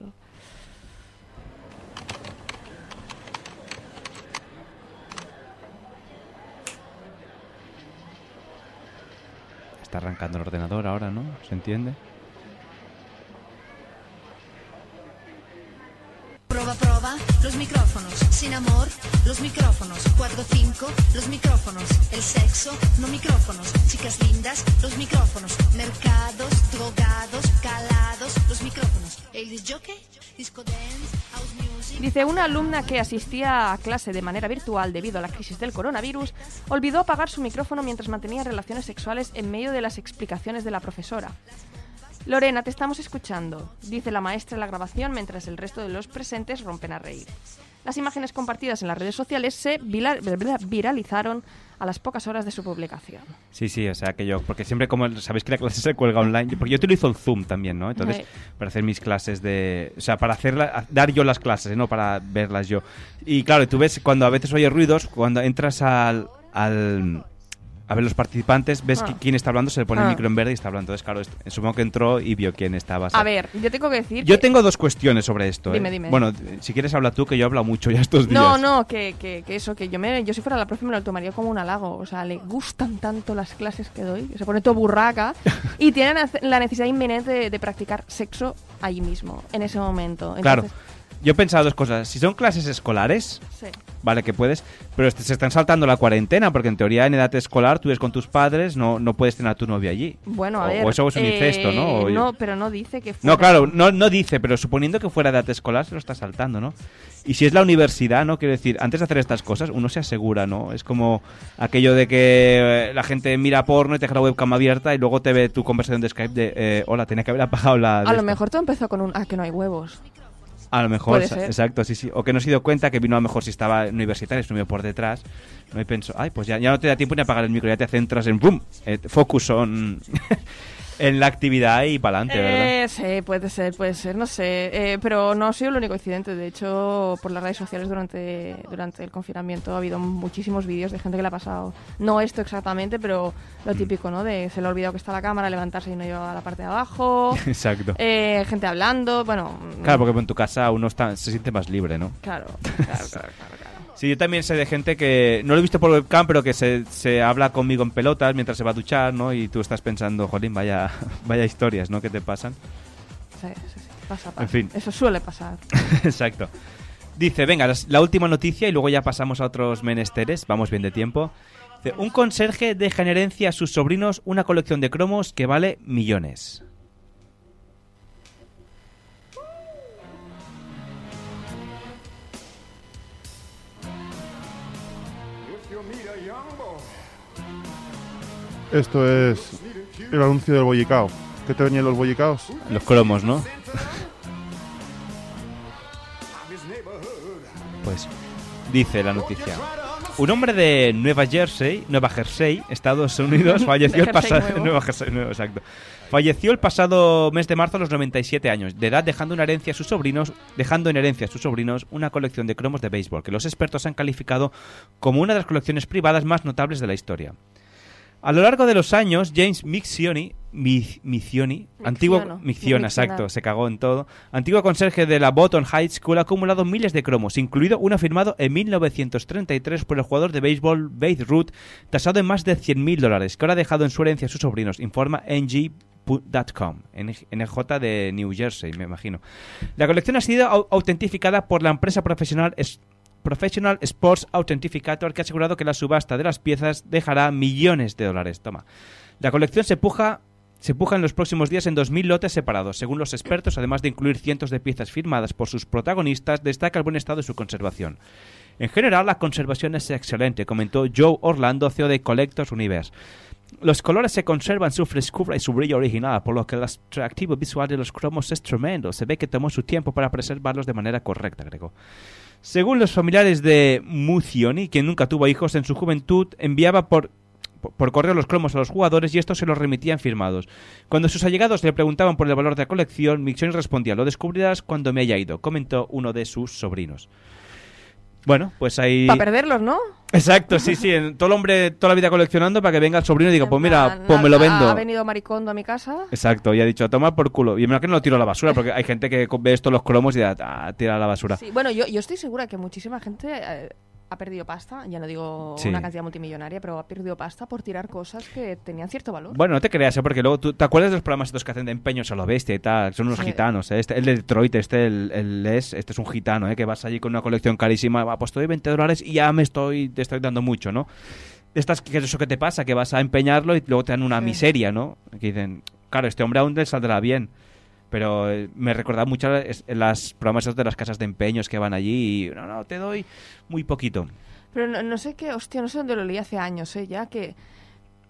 S2: Está arrancando el ordenador ahora, ¿no? ¿Se entiende?
S7: Proba, proba, los micrófonos. Sin amor, los micrófonos. 4, 5, los micrófonos. El sexo, no micrófonos. Chicas lindas, los micrófonos. Mercados, drogados, calados, los micrófonos. El disc jockey, disco dance, house music.
S3: Dice, una alumna que asistía a clase de manera virtual debido a la crisis del coronavirus olvidó apagar su micrófono mientras mantenía relaciones sexuales en medio de las explicaciones de la profesora. Lorena, te estamos escuchando, dice la maestra en la grabación mientras el resto de los presentes rompen a reír. Las imágenes compartidas en las redes sociales se vila- viralizaron a las pocas horas de su publicación.
S2: Sí, sí, o sea que yo, porque siempre como sabéis que la clase se cuelga online, porque yo utilizo el Zoom también, ¿no? Entonces,
S3: Sí.
S2: para hacer mis clases de, o sea, para hacerla, dar yo las clases, ¿eh? no para verlas yo. Y claro, tú ves cuando a veces oyes ruidos, cuando entras al, al a ver los participantes, ves
S3: Ah.
S2: qui- quién está hablando, se le pone
S3: Ah.
S2: el micro en verde y está hablando. Entonces, claro, est- supongo que entró y vio quién estaba.
S3: A
S2: ¿sabes?
S3: ver, yo tengo que decir...
S2: Yo
S3: que-
S2: tengo dos cuestiones sobre esto.
S3: Dime,
S2: ¿eh?
S3: dime.
S2: Bueno, si quieres habla tú, que yo he hablado mucho ya estos días.
S3: No, no, que, que- que eso, que yo me, yo si fuera la profe me lo tomaría como un halago. O sea, le gustan tanto las clases que doy, que se pone todo
S2: [LAUGHS]
S3: burraca y tiene la- la necesidad inminente de, de practicar sexo ahí mismo, en ese momento.
S2: Claro.
S3: Entonces,
S2: Yo he pensado dos cosas. Si son clases escolares,
S3: sí.
S2: Vale, que puedes, pero est- se están saltando la cuarentena, porque en teoría en edad escolar tú ves con tus padres, no, no puedes tener a tu novia allí.
S3: Bueno, a
S2: O-
S3: ver.
S2: O eso es un
S3: eh,
S2: incesto, ¿no? O-
S3: no, pero no dice que fuera-
S2: No, claro, no, no dice, pero suponiendo que fuera edad escolar se lo está saltando, ¿no? Y si es la universidad, ¿no? Quiero decir, antes de hacer estas cosas uno se asegura, ¿no? Es como aquello de que eh, la gente mira porno y te deja la webcam abierta y luego te ve tu conversación de Skype de, eh, hola, tenía que haber apagado la... de
S3: A lo
S2: esto".
S3: mejor todo empezó con un. Ah, que no hay huevos.
S2: A lo mejor,
S3: Puede
S2: sa-
S3: ser.
S2: exacto, sí, sí. O que no se dio cuenta que vino a lo mejor si estaba en universitario, estuvo por detrás. No y pensó, ay, pues ya, ya no te da tiempo ni a apagar el micro, ya te centras en boom, eh, focus on [LAUGHS] en la actividad y para adelante, ¿verdad?
S3: Eh, sí, puede ser, puede ser, no sé. Eh, pero no ha sido el único incidente. De hecho, por las redes sociales durante, durante el confinamiento ha habido muchísimos vídeos de gente que le ha pasado. No esto exactamente, pero
S2: Mm.
S3: lo típico, ¿no? De se le ha olvidado que está la cámara, levantarse y no lleva la parte de abajo.
S2: [LAUGHS] [LAUGHS] Exacto.
S3: eh, gente hablando, bueno. mm,
S2: Claro, porque en tu casa uno está, se siente más libre, ¿no? [LAUGHS]
S3: Claro, claro, claro, claro, claro.
S2: Sí, yo también sé de gente que, no lo he visto por webcam, pero que se, se habla conmigo en pelotas mientras se va a duchar, ¿no? Y tú estás pensando, jolín, vaya, [LAUGHS] vaya historias, ¿no? Que te pasan.
S3: Sí, sí, sí, Pasa, pasa.
S2: En fin.
S3: Eso suele pasar.
S2: [LAUGHS] Exacto. Dice, venga, las- la última noticia y luego ya pasamos a otros menesteres, vamos bien de tiempo. Dice, un conserje deja en herencia a sus sobrinos una colección de cromos que vale millones.
S4: Esto es el anuncio del bollicao. ¿Qué te venían los bollicaos?
S2: Los cromos, ¿no? pues dice la noticia. Un hombre de Nueva Jersey, Nueva Jersey, Estados
S3: [LAUGHS]
S2: Unidos, falleció
S3: De
S2: el pasado
S3: Jersey nuevo.
S2: Nueva Jersey, nuevo, exacto. Falleció el pasado mes de marzo a los 97 años de edad, dejando una herencia a sus sobrinos, dejando en herencia a sus sobrinos una colección de cromos de béisbol que los expertos han calificado como una de las colecciones privadas más notables de la historia. A lo largo de los años, James Mixioni, Mi- Mizioni, antiguo Mixiona,
S3: Micciona.
S2: exacto, se cagó en todo, antiguo conserje de la Bottom High School, ha acumulado miles de cromos, incluido uno firmado en 1933 por el jugador de béisbol Babe Ruth, tasado en más de 100.000 dólares, que ahora ha dejado en su herencia a sus sobrinos, informa ng.com, NJ de New Jersey, me imagino. La colección ha sido au- autentificada por la empresa profesional es- Professional Sports Authenticator, que ha asegurado que la subasta de las piezas dejará millones de dólares. Toma. La colección se puja, se puja en los próximos días en 2.000 lotes separados. Según los expertos, además de incluir cientos de piezas firmadas por sus protagonistas, destaca el buen estado de su conservación. En general, la conservación es excelente, comentó Joe Orlando, CEO de Collectors Universe. Los colores se conservan su frescura y su brillo original, por lo que el atractivo visual de los cromos es tremendo. Se ve que tomó su tiempo para preservarlos de manera correcta, agregó. Según los familiares de Muzioni, quien nunca tuvo hijos en su juventud, enviaba por, por correo los cromos a los jugadores y estos se los remitían firmados. Cuando sus allegados le preguntaban por el valor de la colección, Mixioni respondía, lo descubrirás cuando me haya ido, comentó uno de sus sobrinos. Bueno, pues ahí...
S3: Para perderlos, ¿no?
S2: [LAUGHS] Exacto, sí, sí. en- Todo el hombre toda la vida coleccionando para que venga el sobrino y diga,
S3: En
S2: pues
S3: plan,
S2: mira, pues me lo
S3: ha- Ha
S2: vendo.
S3: venido Maricondo a mi casa.
S2: Exacto, y ha dicho, toma por culo. Y menos que no lo tiro a la basura, porque hay gente que co- ve esto los cromos y da, ah, tira a la basura.
S3: Sí, bueno, yo, yo estoy segura que muchísima gente eh, ha perdido pasta, ya no digo
S2: Sí.
S3: una cantidad multimillonaria, pero ha perdido pasta por tirar cosas que tenían cierto valor.
S2: Bueno, no te creas, ¿eh? porque luego tú te acuerdas de los programas estos que hacen de empeños a lo bestia y tal, son unos
S3: Sí.
S2: gitanos, ¿eh? Este- el de Detroit, este, el, el Les, este es un gitano, ¿eh? que vas allí con una colección carísima, va, pues te doy 20 dólares y ya me estoy, te estoy dando mucho, ¿no? Estas, ¿Qué es eso que te pasa? Que vas a empeñarlo y luego te dan una
S3: Sí.
S2: miseria, ¿no? Que dicen, claro, este hombre aún le saldrá bien. Pero eh, me recordaba mucho a es- las programas esos de las casas de empeños que van allí y no, no, te doy muy poquito.
S3: Pero no, no sé qué, hostia, no sé dónde lo leí hace años, ¿eh? Ya que,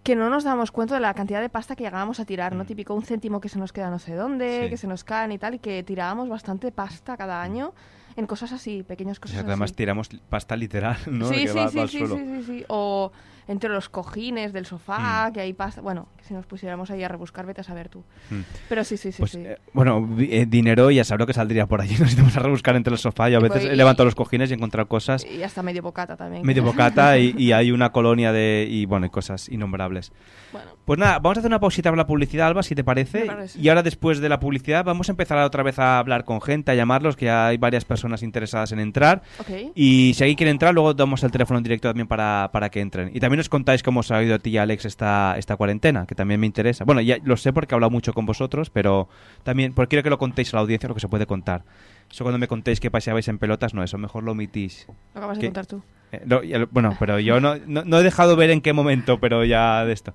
S3: que no nos damos cuenta de la cantidad de pasta que llegábamos a tirar, ¿no? Típico un céntimo que se nos queda no sé dónde,
S2: Mm. Sí. Mm.
S3: que se nos caen y tal, y que tirábamos bastante pasta cada año en cosas así, pequeñas
S2: O
S3: cosas
S2: sea, que además
S3: así.
S2: tiramos pasta literal, ¿no?
S3: sí,
S2: que
S3: sí,
S2: va-
S3: sí,
S2: va al
S3: sí,
S2: suelo.
S3: sí, sí, sí. O entre los cojines del sofá, que hay pasta. Bueno, que si nos pusiéramos ahí a rebuscar, vete a saber tú.
S2: Mm.
S3: Pero sí, sí, sí.
S2: Pues,
S3: sí.
S2: eh, bueno, vi- eh, dinero ya sabré que saldría por allí. [LAUGHS] Nos íbamos a rebuscar entre el sofá. Yo a
S3: Y
S2: veces
S3: voy-
S2: he levantado los cojines y he encontrado cosas
S3: y hasta medio bocata también. [LAUGHS]
S2: medio bocata y, y hay una colonia de. y bueno, y cosas innombrables.
S3: Bueno,
S2: Pues nada, vamos a hacer una pausita para la publicidad, Alba, si te parece.
S3: Me parece.
S2: Y ahora, después de la publicidad, vamos a empezar otra vez a hablar con gente, a llamarlos, que ya hay varias personas interesadas en entrar.
S3: ok.
S2: Y si alguien quiere entrar, luego damos el teléfono en directo también para, para que entren. Y también os contáis cómo os ha ido a ti y a Alex esta, esta cuarentena, que también me interesa. Bueno, ya lo sé porque he hablado mucho con vosotros, pero también porque quiero que lo contéis a la audiencia lo que se puede contar. Eso cuando me contéis que paseabais en pelotas, no, eso mejor lo omitís.
S3: Lo acabas
S2: ¿Qué?
S3: de contar tú.
S2: Eh, lo- ya lo- bueno, pero yo no, no, no he dejado ver en qué momento, pero ya de esto.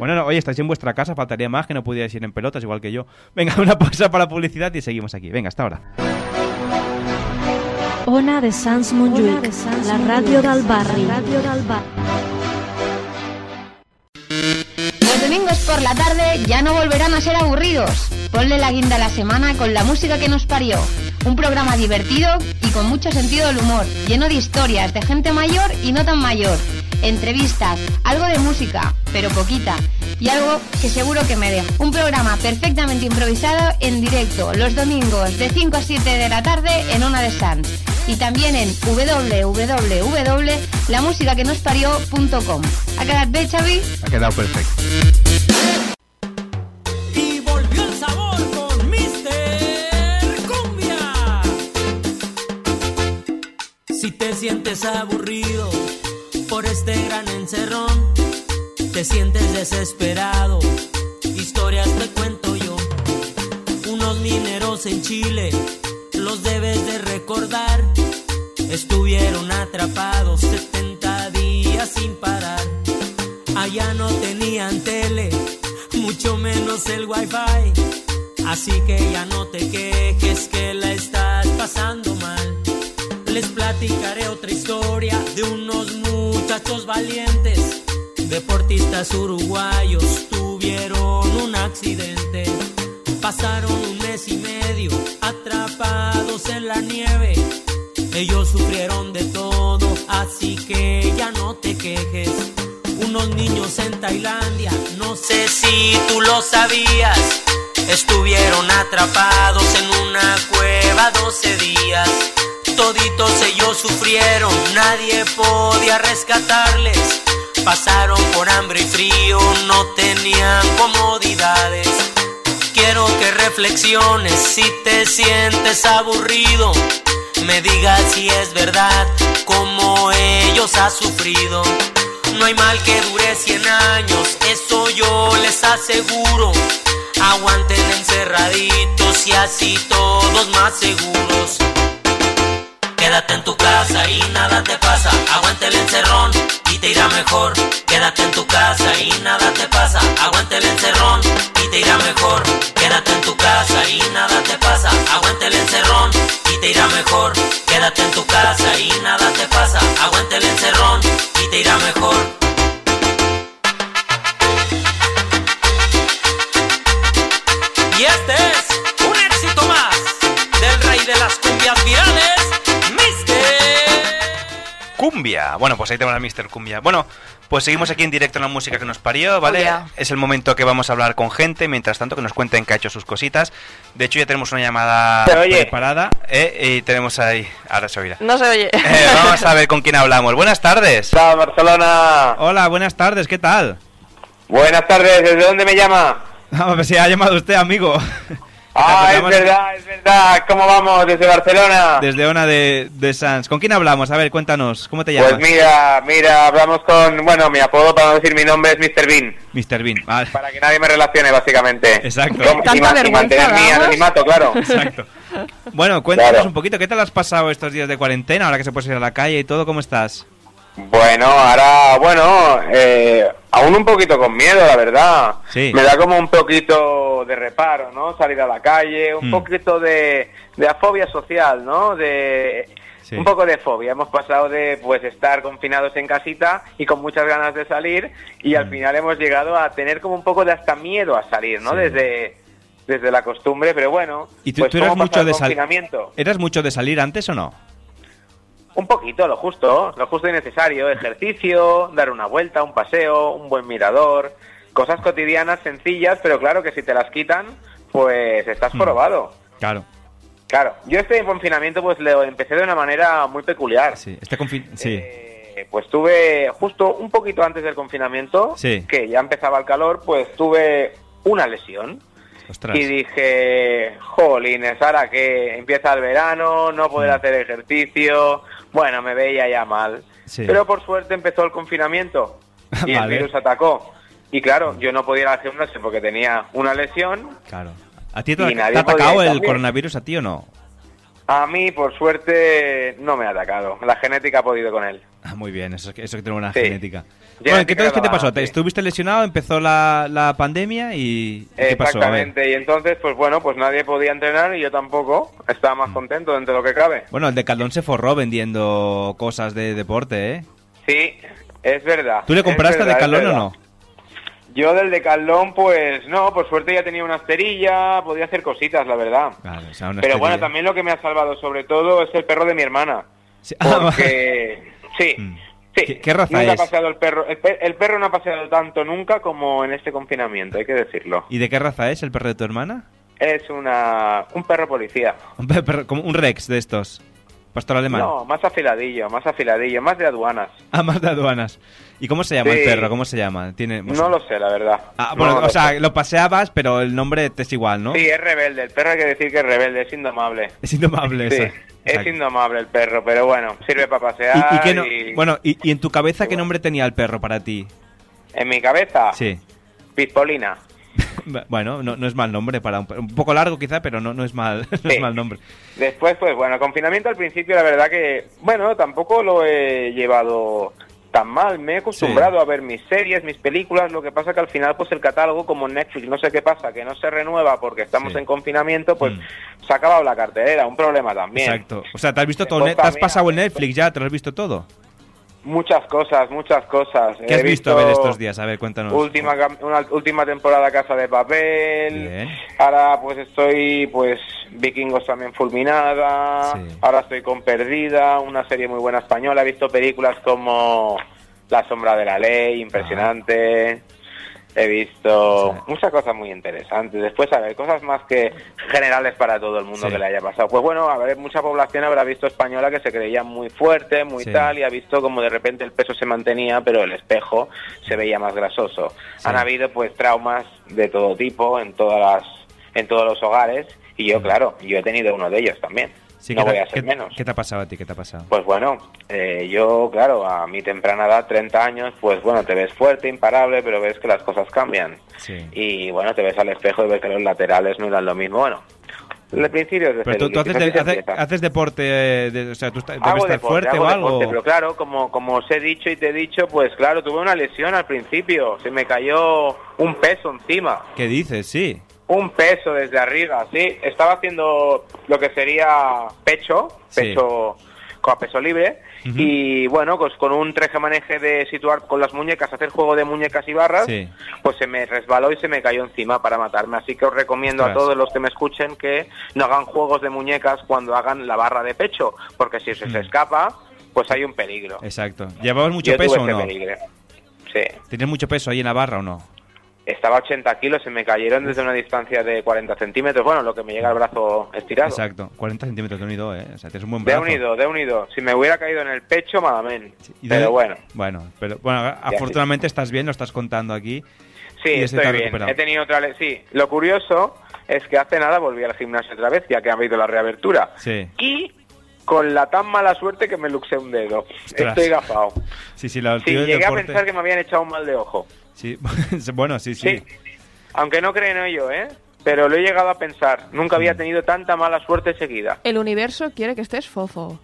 S2: Bueno, no, oye, estáis en vuestra casa, faltaría más que no pudierais ir en pelotas, igual que yo. Venga, [LAUGHS] una pausa para publicidad y seguimos aquí. Venga, hasta ahora.
S8: Ona de Sans Montjuïc, la ràdio del barri. La ràdio del barri.
S1: Los domingos por la tarde ya no volverán a ser aburridos. Ponle la guinda a la semana con la música que nos parió. Un programa divertido y con mucho sentido del humor, lleno de historias de gente mayor y no tan mayor. Entrevistas, algo de música, pero poquita. Y algo que seguro que me dejo. Un programa perfectamente improvisado en directo los domingos de 5 a 7 de la tarde en Ona de Sanz. Y también en www.lamusicakenosparió.com. ¿Ha quedat bé, Xavi?
S9: Ha quedado perfecto.
S10: Y volvió el sabor con Mister Cumbia. Si te sientes aburrido por este gran encerrón, te sientes desesperado, historias te cuento yo. Unos mineros en Chile, los debes de recordar, estuvieron atrapados 70 días sin parar. Allá no tenían tele, mucho menos el wifi. Así que ya no te quejes que la estás pasando mal. Les platicaré otra historia de unos muchachos valientes. Deportistas uruguayos tuvieron un accidente. Pasaron un mes y medio atrapados en la nieve. Ellos sufrieron de todo así que ya no te quejes. Unos niños en Tailandia, no sé si tú lo sabías, estuvieron atrapados en una cueva 12 días. Toditos ellos sufrieron, nadie podía rescatarles. Pasaron por hambre y frío, no tenían comodidades. Quiero que reflexiones si te sientes aburrido. Me digas si es verdad como ellos ha sufrido. No hay mal que dure 100 años, eso yo les aseguro. Aguanten encerraditos y así todos más seguros. Quédate en tu casa y nada te pasa. Aguante el encerrón y te irá mejor. Quédate en tu casa y nada te pasa. Aguante el encerrón y te irá mejor. Quédate en tu casa y nada te pasa. Aguante el encerrón y te irá mejor. Quédate en tu casa y nada te pasa. Aguante el encerrón y te irá mejor. Y este es un éxito más del rey de las cumbias virales, Mister.
S2: Cumbia. Bueno, pues ahí tenemos a Mr. Cumbia. Bueno, pues seguimos aquí en directo en la música que nos parió, ¿vale?
S3: Cumbia.
S2: Es el momento que vamos a hablar con gente, mientras tanto que nos cuenten que ha hecho sus cositas. De hecho, ya tenemos una llamada
S3: Se oye.
S2: preparada ¿eh? y tenemos ahí... Ahora se oirá.
S3: No se oye.
S2: Eh, vamos a ver con quién hablamos. Buenas tardes. Hola, Barcelona. Hola, buenas tardes. ¿Qué tal?
S11: Buenas tardes, ¿desde dónde me llama?
S2: [LAUGHS] Ah, pues si ha llamado usted, amigo.
S11: [LAUGHS] Ah, es
S2: llamas?
S11: verdad, es verdad. ¿Cómo vamos desde Barcelona?
S2: Desde Ona de, de Sanz. ¿Con quién hablamos? A ver, cuéntanos. ¿Cómo te llamas?
S11: Pues mira, mira, hablamos con, bueno, mi apodo para no decir mi nombre es Mr. Bean,
S2: Mr. Bean. Vale.
S11: para que nadie me relacione básicamente. Exacto.
S2: Tanta
S11: Y, ma- y
S2: vergüenza
S11: mantener mi
S2: damos.
S11: anonimato, claro.
S2: [LAUGHS] Exacto. Bueno, cuéntanos
S11: Claro.
S2: un poquito, ¿qué tal has pasado estos días de cuarentena? Ahora que se puede ir a la calle y todo, ¿cómo estás?
S11: Bueno, ahora, bueno, eh, aún un poquito con miedo, la verdad.
S2: Sí.
S11: Me da como un poquito de reparo, ¿no? Salir a la calle, un
S2: Mm.
S11: poquito de, de afobia social, ¿no? De, Un poco de fobia. Hemos pasado de pues estar confinados en casita y con muchas ganas de salir y
S2: Mm.
S11: al final hemos llegado a tener como un poco de hasta miedo a salir, ¿no?
S2: Sí.
S11: Desde, desde la costumbre, pero bueno.
S2: ¿Y tú,
S11: pues,
S2: tú eras
S11: ¿cómo
S2: mucho
S11: pasar
S2: de
S11: el
S2: salir?
S11: confinamiento?
S2: ¿Eras mucho de salir antes o no?
S11: Un poquito, lo justo, lo justo y necesario. Ejercicio, dar una vuelta, un paseo, un buen mirador. Cosas cotidianas, sencillas, pero claro que si te las quitan, pues estás
S2: Mm.
S11: probado.
S2: Claro.
S11: Claro, yo este confinamiento pues lo empecé de una manera muy peculiar.
S2: Este confi- sí,
S11: Eh, Pues tuve, justo un poquito antes del confinamiento,
S2: Sí.
S11: que ya empezaba el calor, pues tuve una lesión.
S2: ostras.
S11: Y dije, jolines, ahora que empieza el verano, no
S2: Mm.
S11: poder hacer ejercicio, bueno, me veía ya mal.
S2: Sí.
S11: Pero por suerte empezó el confinamiento y el
S2: [LAUGHS] Vale.
S11: virus atacó. Y claro, yo no podía ir al gimnasio porque tenía una lesión.
S2: Claro. ¿A ti te,
S11: y
S2: ha- te
S11: nadie
S2: ha atacado
S11: podía ir
S2: el
S11: también.
S2: coronavirus a ti o no?
S11: A mí, por suerte, no me ha atacado. La genética ha podido con él.
S2: Ah, muy bien, eso, es que- eso que tiene buena
S11: Sí.
S2: genética.
S11: Ya,
S2: bueno,
S11: sí,
S2: ¿qué, entonces, ¿qué te
S11: claro,
S2: pasó? ¿Te-
S11: sí.
S2: ¿Estuviste lesionado? ¿Empezó la, la pandemia? ¿Y y qué pasó? A ver.
S11: Exactamente, y entonces, pues bueno, pues nadie podía entrenar y yo tampoco. Estaba
S2: Mm.
S11: más contento dentro de lo que cabe.
S2: Bueno, el de Caldón se forró vendiendo cosas de deporte, ¿eh?
S11: Sí, es verdad.
S2: ¿Tú le
S11: Ah, es
S2: compraste
S11: verdad,
S2: de
S11: es
S2: Caldón o
S11: verdad.
S2: no?
S11: Yo del Decathlon, pues no, por suerte ya tenía una esterilla, podía hacer cositas, la verdad.
S2: Vale, o sea, una
S11: Pero bueno,
S2: estrella.
S11: también lo que me ha salvado sobre todo es el perro de mi hermana.
S2: Sí. [LAUGHS] Ah, Mm.
S11: Porque, sí, sí.
S2: ¿Qué- qué raza
S11: Nunca ha
S2: es?
S11: paseado el perro, el, per- el perro no ha paseado tanto nunca como en este confinamiento, hay que decirlo.
S2: ¿Y de qué raza es el perro de tu hermana? [LAUGHS]
S11: Es una, un perro policía.
S2: Un, pe- perro- como un Rex de estos. Pastor alemán.
S11: No, más afiladillo, más afiladillo, más de aduanas.
S2: [LAUGHS] Ah, más de aduanas. ¿Y cómo se llama el
S11: Sí.
S2: perro? ¿Cómo se llama? Tiene... pues,
S11: No lo sé, la verdad.
S2: Ah, bueno,
S11: No lo
S2: o sea,
S11: sé.
S2: lo paseabas, pero el nombre te es igual, ¿no?
S11: Sí, es rebelde, el perro hay que decir que es rebelde, es indomable.
S2: [LAUGHS] Es indomable
S11: Sí,
S2: esa.
S11: es
S2: Exacto.
S11: indomable el perro, pero bueno, sirve para
S2: ¿Y,
S11: pasear.
S2: y qué no-
S11: y-
S2: Bueno, y, y en tu cabeza qué nombre tenía el perro para ti?
S11: En mi cabeza,
S2: Sí.
S11: Pispolina.
S2: Bueno, no, no es mal nombre para un, per- un poco largo quizá, pero no, no es mal, [LAUGHS] no es
S11: Sí.
S2: mal nombre.
S11: Después, pues bueno, confinamiento al principio, la verdad que, bueno, tampoco lo he llevado tan mal. Me he acostumbrado a ver mis series, mis películas. Lo que pasa que al final, pues el catálogo, como en Netflix, no sé qué pasa, que no se renueva porque estamos
S2: Sí. Mm.
S11: en confinamiento, pues se ha acabado la cartelera. Un problema también.
S2: Exacto. O sea, te has visto todo,
S11: Después
S2: ne- te has
S11: también,
S2: pasado el Netflix ya, te lo has visto todo.
S11: Muchas cosas, muchas cosas.
S2: ¿Qué
S11: He
S2: has visto, a ver estos días? A ver, cuéntanos.
S11: Última, cam- una última temporada Casa de Papel. Ahora pues estoy pues Vikingos también fulminada. Ahora estoy con Perdida, una serie muy buena española. He visto películas como La sombra de la ley, impresionante. He visto muchas cosas muy interesantes. Después, a ver, cosas más que generales para todo el mundo
S2: Sí.
S11: que le haya pasado. Pues bueno, a ver, mucha población habrá visto española que se creía muy fuerte, muy
S2: Sí.
S11: tal, y ha visto como de repente el peso se mantenía, pero el espejo se veía más grasoso. Han habido pues traumas de todo tipo en todas las, en todos los hogares, y yo, claro, yo he tenido uno de ellos también.
S2: Mm. Sí,
S11: no
S2: ¿qué te-
S11: voy a ser
S2: qué-
S11: menos.
S2: ¿Qué te ha pasado a ti? ¿Qué te ha pasado?
S11: Pues bueno, eh, yo, claro, a mi temprana edad, 30 años, pues bueno, te ves fuerte, imparable, pero ves que las cosas cambian.
S2: Sí.
S11: Y bueno, te ves al espejo y ves que los laterales no eran lo mismo. Bueno, el principio es de
S2: Pero tú, tú
S11: celulitis,
S2: haces,
S11: así
S2: de-
S11: se
S2: hace-
S11: empieza.
S2: haces deporte, eh, de- o sea, tú estás- debes
S11: Hago
S2: estar
S11: deporte,
S2: fuerte
S11: hago
S2: o algo.
S11: deporte, pero claro, como, como os he dicho y te he dicho, pues claro, tuve una lesión al principio. Se me cayó un peso encima.
S2: ¿Qué dices? Sí.
S11: Un peso desde arriba, sí. Estaba haciendo lo que sería pecho,
S2: Sí.
S11: pecho con a peso libre.
S2: Ujú.
S11: Y bueno, pues con un treje maneje de situar con las muñecas, hacer juego de muñecas y barras,
S2: Sí.
S11: pues se me resbaló y se me cayó encima para matarme. Así que os recomiendo a
S2: Ostras.
S11: todos los que me escuchen que no hagan juegos de muñecas cuando hagan la barra de pecho, porque si se, se escapa, pues hay un peligro.
S2: Exacto. ¿Llevabas Hmm. mucho
S11: Yo tuve
S2: peso o
S11: ese
S2: no?
S11: peligro. Sí.
S2: ¿Tenías mucho peso ahí en la barra o no?
S11: Estaba a 80 kilos, se me cayeron desde una distancia de 40 centímetros, bueno, lo que me llega al brazo estirado.
S2: Exacto. 40 centímetros de unido, ¿eh? O sea, tienes un buen
S11: De
S2: brazo.
S11: unido, de unido. Si me hubiera caído en el pecho, madamén.
S2: ¿Y dónde-
S11: Pero bueno.
S2: Bueno, pero, bueno afortunadamente estás bien, lo estás contando aquí.
S11: Sí,
S2: Y ese te
S11: estoy
S2: ha
S11: bien.
S2: recuperado.
S11: He tenido otra le- Sí, lo curioso es que hace nada volví al gimnasio otra vez, ya que ha habido la reabertura.
S2: Sí.
S11: Y con la tan mala suerte que me luxé un dedo.
S2: Ostras.
S11: Estoy gafado.
S2: Sí, sí, la
S11: Sí,
S2: tío del
S11: llegué a
S2: deporte-
S11: pensar que me habían echado un mal de ojo.
S2: Sí, [LAUGHS] bueno, sí, sí.
S11: Sí. Aunque no creen ello, ¿eh? Pero lo he llegado a pensar. Nunca
S2: Mm.
S11: había tenido tanta mala suerte seguida.
S3: [LAUGHS] El universo quiere que estés fofo.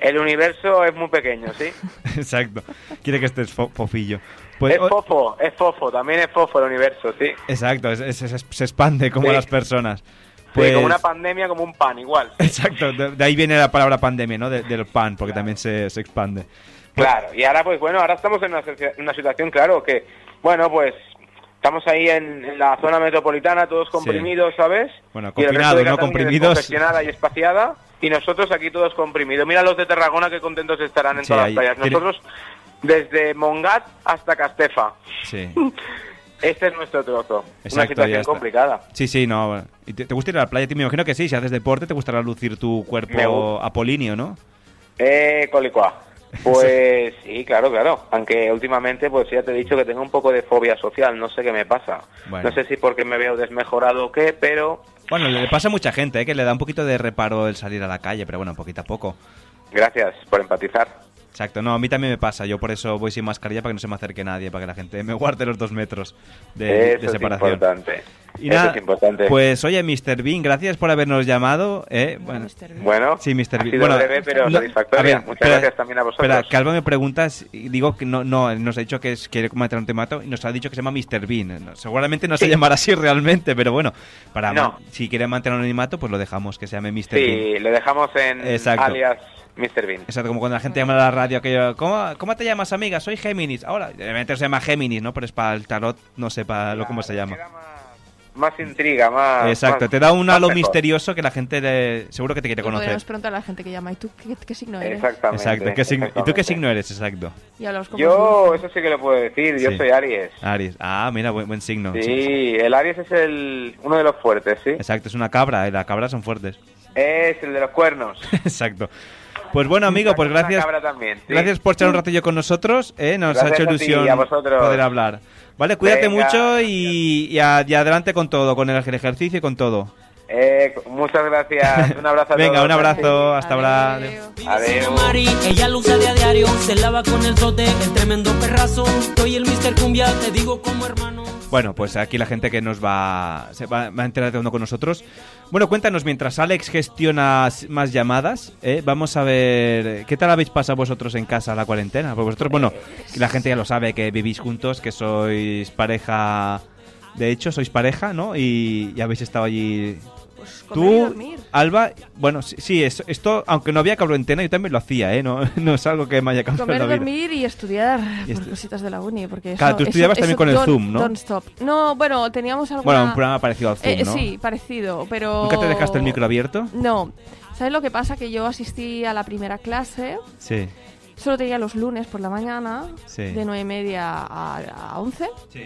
S11: El universo es muy pequeño, ¿sí?
S2: Exacto. Quiere que estés fo- fofillo. Pues,
S11: es
S2: o-
S11: fofo, es fofo. También es fofo el universo, ¿sí?
S2: exacto, es- es- es- se expande como
S11: Sí.
S2: las personas.
S11: Sí,
S2: Pues,
S11: como una pandemia, como un pan, igual.
S2: Exacto, de, de ahí viene la palabra pandemia, ¿no? De- del pan, porque también se, se expande.
S11: Claro, y ahora pues bueno, ahora estamos en una, socia- una situación, claro, que bueno, pues estamos ahí en, en la zona metropolitana, todos comprimidos, ¿sabes?
S2: Bueno,
S11: Y el resto
S2: confinados,
S11: de
S2: ¿no?
S11: Cataluña
S2: Comprimidos.
S11: descongestionada y espaciada, y nosotros aquí todos comprimidos. Mira los de Tarragona que contentos estarán en
S2: Sí,
S11: todas
S2: ahí-
S11: las playas.
S2: tiene-
S11: Nosotros desde Mongat hasta Castefa. [LAUGHS]
S2: Sí,
S11: Este es nuestro trozo. una
S2: Exacto, ya
S11: situación
S2: está.
S11: complicada.
S2: sí, sí, no. bueno. ¿Y ¿Te, te gusta ir a la playa? Te- Me imagino que sí, si haces deporte te gustará lucir tu
S11: Me
S2: cuerpo
S11: gusta.
S2: apolíneo, ¿no?
S11: Eh, Colicua. Pues [LAUGHS] sí, claro, claro. Aunque últimamente, pues ya te he dicho que tengo un poco de fobia social, no sé qué me pasa.
S2: Bueno.
S11: No sé si porque me veo desmejorado o qué, pero
S2: Bueno, le pasa a mucha gente, ¿eh? que le da un poquito de reparo el salir a la calle, pero bueno, poquito a poco.
S11: gracias por empatizar.
S2: Exacto, no, a mí también me pasa, yo por eso voy sin mascarilla para que no se me acerque nadie, para que la gente me guarde los dos metros de, de
S11: Eso es
S2: separación.
S11: importante.
S2: Y
S11: Eso
S2: nada,
S11: es importante.
S2: Pues oye, Mr. Bean, gracias por habernos llamado. ¿eh? Bueno,
S11: Bueno,
S2: sí, Mr. Bean.
S11: sido
S2: bueno,
S11: breve, pero
S2: no,
S11: satisfactoria.
S2: a ver,
S11: Muchas
S2: espera,
S11: gracias también a vosotros.
S2: Espera, Calva me preguntas y digo que no, no, nos ha dicho que es, quiere comentar un temato y nos ha dicho que se llama Mr. Bean. No, seguramente no se
S11: Sí.
S2: llamará así realmente, pero bueno, para
S11: No.
S2: ma- si quiere mantener un animato, pues lo dejamos que se llame Mr. Bean.
S11: Sí, le dejamos en
S2: Exacto.
S11: alias Mr. Bean.
S2: Exacto, como cuando la gente llama a la radio, aquello, ¿cómo, ¿cómo te llamas, amiga? Soy Géminis. Ahora, realmente se llama Géminis, ¿no? Pero es para el tarot, no sé para lo cómo se llama.
S11: Más intriga, más.
S2: Exacto,
S11: más-
S2: te da un
S11: más
S2: halo
S11: mejor.
S2: misterioso que la gente le- seguro que te quiere
S3: Y
S2: conocer.
S3: podemos preguntar a la gente que llama, ¿y tú qué, qué signo eres?
S11: Exactamente.
S2: Exacto, ¿qué signo- ¿y tú qué
S11: exactamente.
S2: signo eres? Exacto.
S3: Y a los como
S2: [LAUGHS]
S11: Yo, eso sí que lo puedo decir, yo
S2: Sí.
S11: soy Aries.
S2: Aries. Ah, mira, buen, buen signo.
S11: Sí, el Aries es el uno de los fuertes, ¿sí?
S2: Exacto, es una cabra, y las cabras son fuertes. [LAUGHS]
S11: Es el de los cuernos.
S2: Exacto. Pues bueno, amigo, pues
S11: Una
S2: gracias.
S11: cabra también, sí.
S2: Gracias por echar un ratillo con nosotros. ¿eh? Nos
S11: Gracias
S2: ha hecho
S11: a ti y
S2: ilusión
S11: a vosotros.
S2: poder hablar. Vale, cuídate
S11: Venga,
S2: mucho y, y a- y adelante con todo, con el ejercicio y con todo.
S11: Eh, muchas gracias.
S2: [LAUGHS]
S11: Un abrazo a
S2: Venga,
S11: todos.
S2: un abrazo. Hasta ahora.
S11: Adiós.
S10: Mari, ella lo usa de a diario, se lava con el sote, el tremendo perrazo. Soy el Mr. Cumbia, te digo como hermano.
S2: Bueno, pues aquí la gente que nos va, se va, va interactuando con nosotros. Bueno, cuéntanos, mientras Alex gestiona s- más llamadas, ¿eh? vamos a ver eh, qué tal habéis pasado vosotros en casa la cuarentena. Porque vosotros, bueno,
S3: Eh,
S2: la gente ya lo sabe, que vivís juntos, que sois pareja, de hecho, sois pareja, ¿no? Y, y habéis estado allí
S3: pues comer y
S2: Tú,
S3: dormir.
S2: Alba, bueno, sí, sí, es- esto, aunque no había cable entera, yo también lo hacía, ¿eh? No, [LAUGHS] no es algo que me haya cambiado
S3: Comer,
S2: la vida.
S3: dormir y estudiar
S2: Y
S3: por
S2: estu-
S3: cositas de la uni. Porque
S2: Claro,
S3: eso-
S2: tú
S3: eso-
S2: estudiabas también
S3: eso
S2: con el
S3: don't-
S2: Zoom, ¿no?
S3: don't stop. No, bueno, teníamos alguna...
S2: Bueno, un programa parecido al Zoom,
S3: Eh,
S2: ¿no?
S3: Sí, parecido, pero...
S2: ¿Nunca te dejaste el micro abierto?
S3: No. ¿Sabes lo que pasa? Que yo asistí a la primera clase,
S2: Sí.
S3: solo tenía los lunes por la mañana,
S2: Sí.
S3: de nueve y media a, a 11.
S2: Sí.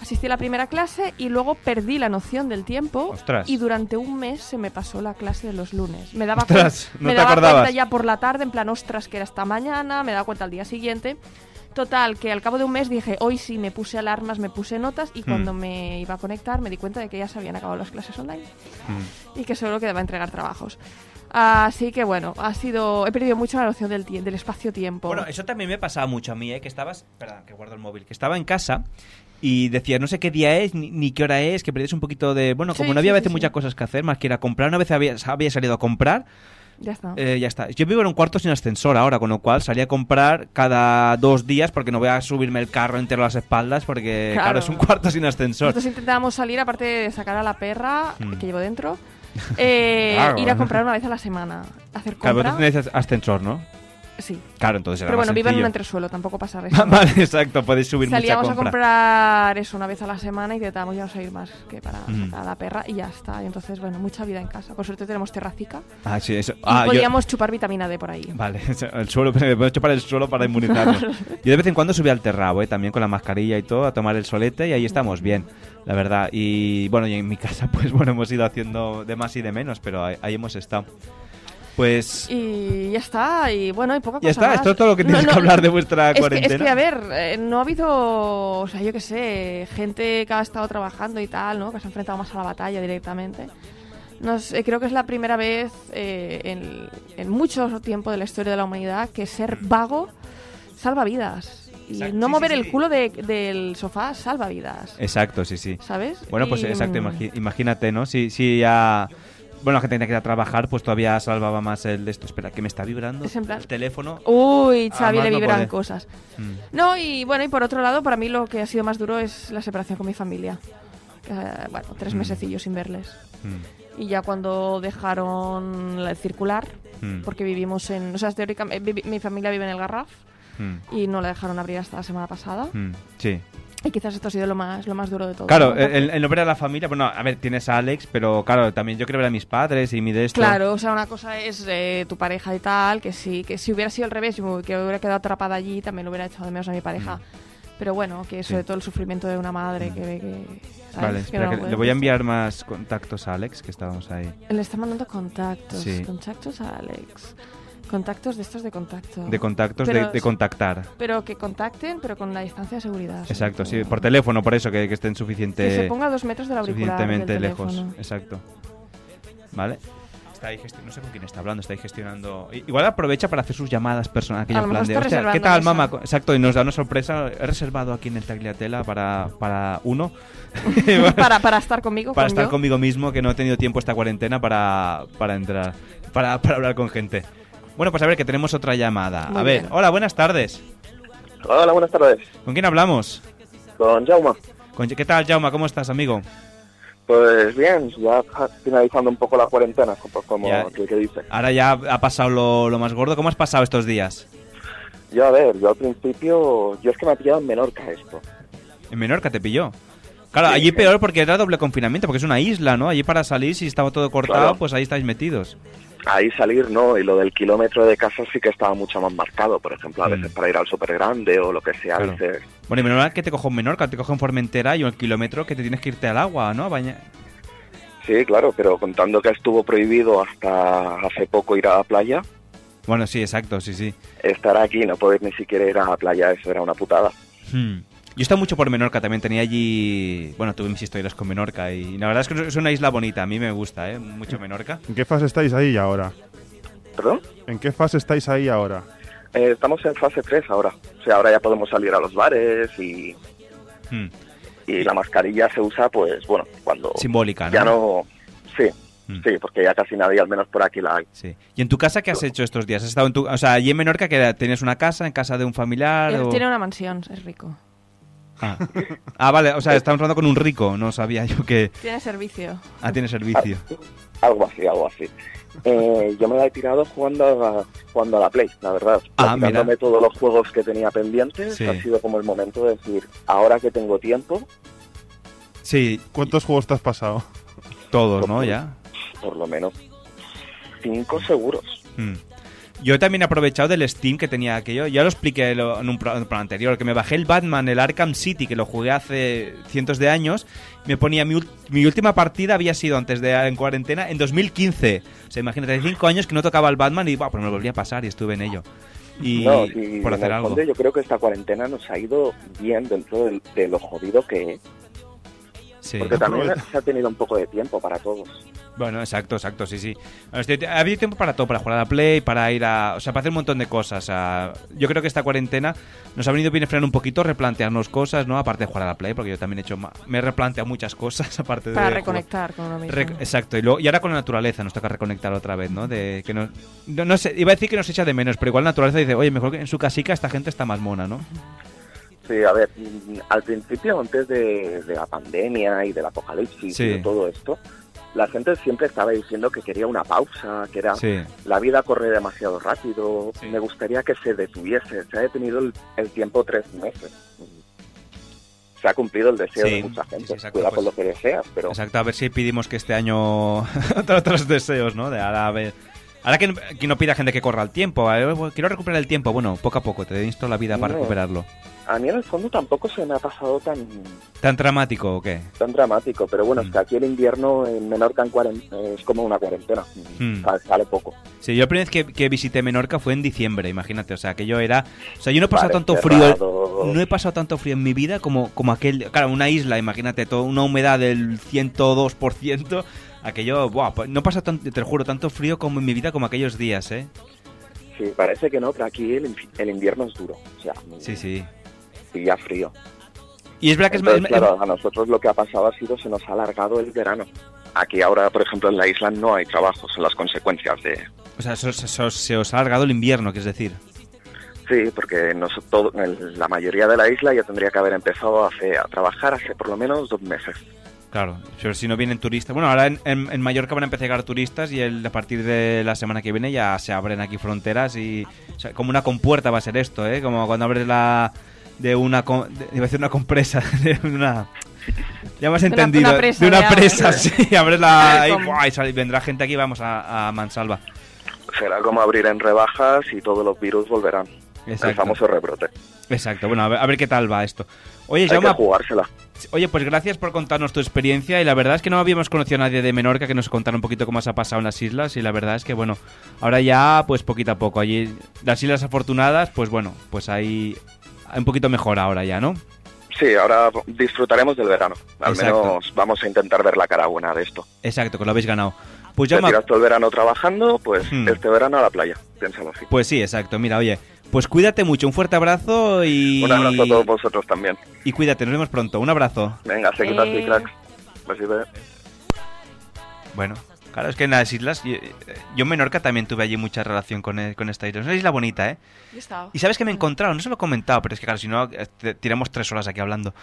S3: Asistí a la primera clase y luego perdí la noción del tiempo
S2: Ostras.
S3: y durante un mes se me pasó la clase de los lunes. Me daba,
S2: Ostras,
S3: cuen-
S2: no
S3: me
S2: te
S3: daba
S2: acordabas.
S3: cuenta ya por la tarde, en plan, ostras, que era hasta mañana, me daba cuenta al día siguiente. Total, que al cabo de un mes dije, hoy sí, me puse alarmas, me puse notas y
S2: Hmm.
S3: cuando me iba a conectar me di cuenta de que ya se habían acabado las clases online
S2: Hmm.
S3: y que solo quedaba entregar trabajos. Así que bueno, ha sido, he perdido mucho la noción del, tie- del espacio-tiempo.
S2: Bueno, eso también me pasaba mucho a mí, ¿eh? que estabas, perdón, que guardo el móvil, que estaba en casa y decía, no sé qué día es, ni, ni qué hora es, que perdías un poquito de... Bueno, como
S3: Sí,
S2: no había
S3: sí,
S2: a veces
S3: sí, sí.
S2: muchas cosas que hacer, más que ir a comprar, una vez había, había salido a comprar,
S3: ya está.
S2: eh, ya está. Yo vivo en un cuarto sin ascensor ahora, con lo cual salía a comprar cada dos días porque no voy a subirme el carro entero a las espaldas porque, claro,
S3: Claro.
S2: es un cuarto sin ascensor.
S3: Nosotros intentábamos salir, aparte de sacar a la perra
S2: Mm.
S3: que llevo
S2: [LAUGHS]
S3: dentro, eh,
S2: Claro.
S3: ir a comprar una vez a la semana. Hacer compra.
S2: Claro, vosotros tenéis as- ascensor, ¿no?
S3: Sí.
S2: Claro, entonces era
S3: Pero
S2: más
S3: bueno, vivo en un
S2: sencillo.
S3: entresuelo, tampoco
S2: [LAUGHS]
S3: pasa eso.
S2: Vale, exacto, podéis subir
S3: Salíamos
S2: mucha
S3: a
S2: compra.
S3: comprar eso una vez a la semana y intentábamos ya no salir más que para
S2: Mm.
S3: sacar a la perra y ya está. Y entonces, bueno, mucha vida en casa. Por suerte tenemos terracica
S2: Ah, sí, eso.
S3: y
S2: Ah, yo-
S3: podíamos chupar vitamina D por ahí.
S2: Vale, [LAUGHS] el suelo, me puedo chupar el suelo para inmunizarnos.
S3: [LAUGHS]
S2: Yo de vez en cuando subí al terrabo, ¿eh? también con la mascarilla y todo, a tomar el solete y ahí estamos bien, la verdad. Y bueno, y en mi [LAUGHS] casa, pues bueno, hemos ido haciendo de más y de menos, pero ahí, ahí hemos estado. Pues
S3: Y ya está, y bueno, y poca
S2: Ya
S3: cosa
S2: está,
S3: más.
S2: esto es todo lo que tienes que hablar de vuestra
S3: es que- es
S2: cuarentena.
S3: que, a ver, eh, no ha habido, o sea, yo qué sé, gente que ha estado trabajando y tal, ¿no? Que se ha enfrentado más a la batalla directamente. No sé, creo que es la primera vez eh, en, en mucho tiempo de la historia de la humanidad que ser
S2: Mm.
S3: vago salva vidas. Y
S2: Exacto,
S3: no
S2: sí,
S3: mover
S2: sí,
S3: el
S2: sí.
S3: culo de- del sofá salva vidas.
S2: Exacto, sí, sí.
S3: ¿Sabes?
S2: Bueno, pues
S3: Y,
S2: exacto,
S3: mm,
S2: imagi- imagínate, ¿no? Si, si ya... Bueno, la gente tenía que ir a trabajar, pues todavía salvaba más el de esto. Espera, que me está vibrando
S3: Es en plan-
S2: el teléfono.
S3: Uy,
S2: A
S3: Xavi,
S2: más
S3: le
S2: no
S3: vibran
S2: poder.
S3: cosas.
S2: Mm.
S3: No, y bueno, y por otro lado, para mí lo que ha sido más duro es la separación con mi familia. Eh, bueno, tres
S2: Mm.
S3: mesecillos sin verles.
S2: Mm.
S3: Y ya cuando dejaron la- circular,
S2: Mm.
S3: porque vivimos en... O sea, teóricamente vi- mi familia vive en el Garraf
S2: Mm.
S3: y no la dejaron abrir hasta la semana pasada.
S2: Mm. Sí.
S3: Y quizás esto ha sido lo más, lo más duro de todo.
S2: Claro,
S3: Pues ¿no?
S2: el, el nombre de la familia, bueno, a ver, tienes a Alex, pero claro, también yo quiero ver a mis padres y mi de esto.
S3: Claro, o sea, una cosa es eh, tu pareja y tal, que sí, que si hubiera sido al revés, yo me- que hubiera quedado atrapada allí, también lo hubiera echado de menos a mi pareja. Pero bueno, que sobre
S2: Mm. Sí.
S3: todo el sufrimiento de una madre que ve que... ¿sabes?
S2: Vale,
S3: Que
S2: espera,
S3: no
S2: que
S3: puede.
S2: le voy a enviar más contactos a Alex, que estábamos ahí.
S3: Le está mandando contactos,
S2: Sí.
S3: contactos a Alex. Contactos de estos de contacto.
S2: De contactos,
S3: Pero-
S2: de, de contactar.
S3: Pero que contacten, pero con la distancia de seguridad. sobre
S2: Exacto, sí,
S3: todo.
S2: por teléfono, por eso, que, que estén suficiente,
S3: Que se ponga a dos metros del auricular
S2: suficientemente
S3: del
S2: lejos.
S3: teléfono.
S2: Exacto. Vale. Está ahí gesti- no sé con quién está hablando, está ahí gestionando. I- Igual aprovecha para hacer sus llamadas personales.
S3: A
S2: aquella
S3: lo mejor
S2: plan de,
S3: está
S2: "Hostia, ¿Qué
S3: reservando
S2: tal,
S3: mesa".
S2: mamá? Exacto, y nos da una sorpresa. He reservado aquí en el Tagliatela para, para uno.
S3: [LAUGHS]
S2: [LAUGHS]
S3: para, para estar conmigo.
S2: para
S3: con
S2: estar
S3: yo.
S2: conmigo mismo, que no he tenido tiempo esta cuarentena para, para entrar, para, para hablar con gente. Bueno, pues a ver, que tenemos otra llamada.
S12: Muy
S2: a ver,
S12: bien.
S2: hola, buenas tardes.
S12: Hola, buenas tardes.
S2: ¿Con quién hablamos?
S12: Con Jauma.
S2: Con- ¿Qué tal, Jauma? ¿Cómo estás, amigo?
S12: Pues bien, ya fa- finalizando un poco la cuarentena, como, como
S2: Ya.
S12: que, que dice.
S2: Ahora ya ha pasado lo, lo más gordo. ¿Cómo has pasado estos días?
S12: Yo, a ver, yo al principio, yo es que me ha pillado en Menorca esto.
S2: En Menorca te pilló. Claro, allí peor porque era doble confinamiento, porque es una isla, ¿no? Allí para salir, si estaba todo cortado,
S12: Claro.
S2: pues ahí estáis metidos.
S12: Ahí salir no, y lo del kilómetro de casa sí que estaba mucho más marcado, por ejemplo, a veces para ir al supergrande o lo que sea, a veces.
S2: Bueno, y Menorca que te cojo en Menorca, te cojo en Formentera y el kilómetro que te tienes que irte al agua, ¿no? A bañar.
S12: Sí, claro, pero contando que estuvo prohibido hasta hace poco ir a la playa,
S2: Bueno, sí, exacto, sí, sí.
S12: estar aquí y no poder ni siquiera ir a la playa, eso era una putada.
S2: Hmm. Yo he estado mucho por Menorca también, tenía allí... Bueno, tuve mis historias con Menorca y la verdad es que es una isla bonita, a mí me gusta, ¿eh? Mucho Menorca.
S4: ¿En qué fase estáis ahí ahora?
S12: ¿Perdón?
S4: ¿En qué fase estáis ahí ahora?
S12: Eh, estamos en fase 3 ahora. O sea, ahora ya podemos salir a los bares y.
S2: Hmm.
S12: Y la mascarilla se usa, pues, bueno, cuando.
S2: Simbólica, ¿no? Hmm.
S12: Ya no. Sí, sí, porque ya casi nadie, al menos por aquí la hay.
S2: Sí. ¿Y en tu casa qué has hecho estos días? ¿Has estado en tu...
S3: Eh,
S2: O sea, allí en Menorca que tenías una casa, en casa de un familiar
S3: Él
S2: o...
S3: Tiene una mansión, es rico.
S2: Ah. Ah, vale, o sea, estamos hablando con un rico, no sabía yo que...
S3: Tiene servicio.
S2: Ah, tiene servicio.
S12: Algo así, algo así. Eh, yo me la he tirado jugando a, jugando a la Play, la verdad.
S2: Ah,
S12: Tirándome
S2: mira.
S12: todos los juegos que tenía pendientes,
S2: Sí.
S12: ha sido como el momento de decir, ahora que tengo tiempo,
S2: Sí.
S4: ¿Cuántos juegos te has pasado?
S2: Todos,
S11: Pues,
S2: ¿no? Ya.
S12: por lo menos, cinco seguros.
S2: Mm. Yo también he aprovechado del Steam que tenía aquello. Ya lo expliqué lo- en un pro- en un programa anterior. Que me bajé el Batman, el Arkham City, que lo jugué hace cientos de años. Me ponía mi, ul- mi última partida había sido antes de en cuarentena en 2015. O sea, imagínate, hace cinco años que no tocaba el Batman y, bueno, pues me lo volví a pasar y estuve en ello. Y
S12: no, sí,
S2: por
S12: en
S2: hacer
S12: el
S2: algo.
S12: fondo yo creo que esta cuarentena nos ha ido bien dentro del- de, lo jodido que es.
S2: Sí.
S12: Porque también se ha tenido un poco de tiempo para todos.
S2: Bueno, exacto, exacto, sí, sí. Ha habido- Ha habido tiempo para todo, para jugar a la Play, para ir a... O sea, para hacer un montón de cosas. a- yo creo que esta cuarentena nos ha venido bien a frenar un poquito, replantearnos cosas, ¿no? Aparte de jugar a la Play, porque yo también he hecho... ma- Me he replanteado muchas cosas, [LAUGHS] aparte de...
S3: Para
S2: jugar.
S3: reconectar con uno mismo.
S2: Re- exacto, y, luego- y ahora con la naturaleza nos toca reconectar otra vez, ¿no? De que no, no, no sé, iba a decir que nos echa de menos, pero igual la naturaleza dice, oye, mejor que en su casica esta gente está más mona, ¿no?
S12: Sí, a ver, mm, al principio, antes de, de la pandemia y del apocalipsis
S2: Sí.
S12: y de todo esto, la gente siempre estaba diciendo que quería una pausa, que era
S2: Sí.
S12: la vida corre demasiado rápido, me gustaría que se detuviese. Se ha detenido el, el tiempo tres meses. Se ha cumplido el deseo
S2: Sí, pues.
S12: de mucha gente. Cuidado con lo que deseas, pero
S2: Exacto, a ver si pedimos que este año [LAUGHS] otros deseos, ¿no? De ahora a ver. Ahora que, que no pida gente que corra el tiempo, a ver, bueno, quiero recuperar el tiempo, bueno, poco a poco, te insto la vida para
S12: No.
S2: recuperarlo.
S12: a mí en el fondo tampoco se me ha pasado tan,
S2: ¿Tan dramático o qué?
S12: tan dramático. Pero bueno,
S2: Mm.
S12: es que aquí el invierno en Menorca en cuaren- eh, es como una cuarentena.
S2: Hmm.
S12: Sale- Sale poco.
S2: Sí, yo la primera vez que, que visité Menorca fue en diciembre, imagínate, o sea, que yo era... O sea, yo no he pasado
S12: Bares
S2: tanto frío...
S12: cerrados.
S2: No he pasado tanto frío en mi vida como, como aquel... Claro, una isla, imagínate, toda una humedad del 102%, aquello... Buah, pues no pasa, tan- te lo juro, tanto frío como en mi vida como aquellos días, ¿eh?
S12: Sí, parece que no, pero aquí el, infi- el invierno es duro. O sea,
S2: Sí, sí.
S12: y ya frío.
S2: Y es verdad que es más-
S12: Entonces,
S2: es-
S12: claro, a nosotros lo que ha pasado ha sido se nos ha alargado el verano. Aquí ahora, por ejemplo, en la isla no hay trabajo, son las consecuencias de...
S2: O sea, se, se- se os ha alargado el invierno, que es decir.
S12: Sí, porque nos- todo- el- la mayoría de la isla ya tendría que haber empezado hace- a trabajar hace por lo menos dos meses.
S2: Claro, pero si no vienen turistas. Bueno, ahora en, en- en Mallorca van a empezar a llegar turistas y el- a partir de la semana que viene ya se abren aquí fronteras y. o sea, como una compuerta va a ser esto, ¿eh? Como cuando abres la. de una. co- de- iba a decir [LAUGHS] una compresa, de una. Ya me has
S3: De una-
S2: entendido.
S3: una presa de agua.
S2: presa, sí. [LAUGHS] Abres
S3: [LAUGHS]
S2: la.
S12: Ay,
S2: Y,
S12: como-
S2: ¡buah! y sale- vendrá gente aquí, vamos a, a Mansalva.
S12: Será como abrir en rebajas y todos los virus volverán. El
S2: Exacto.
S12: famoso rebrote.
S2: Exacto, bueno, a ver, a ver qué tal va esto. Oye,
S12: Hay
S2: Jaume,
S12: que jugársela.
S2: Oye, pues gracias por contarnos tu experiencia y la verdad es que no habíamos conocido a nadie de Menorca que nos contara un poquito cómo se ha pasado en las islas y la verdad es que bueno, ahora ya pues poquito a poco allí las islas afortunadas, pues bueno, pues ahí hay un poquito mejor ahora ya, ¿no?
S12: Sí, ahora disfrutaremos del verano. Al
S2: Exacto.
S12: menos vamos a intentar ver la cara buena de esto.
S2: Exacto, que lo habéis ganado. Pues Hmm.
S12: Te
S2: llama,
S12: tiras todo el verano trabajando, pues este verano a la playa. Piénsalo así.
S2: pues sí, exacto. Mira, oye, pues cuídate mucho, un fuerte abrazo y
S12: Un abrazo a todos vosotros también.
S2: y cuídate, nos vemos pronto. Un abrazo.
S12: Venga, sé que estás ahí, cracks. Besitos.
S2: Bueno, claro, es que en las islas yo, yo en Menorca también tuve allí mucha relación con, eh, con esta isla. Es una isla bonita, ¿eh?
S3: Yo he estado.
S2: Y sabes que me he encontrado, no se lo he comentado, pero es que claro, si no, eh, te- tiramos tres horas aquí hablando.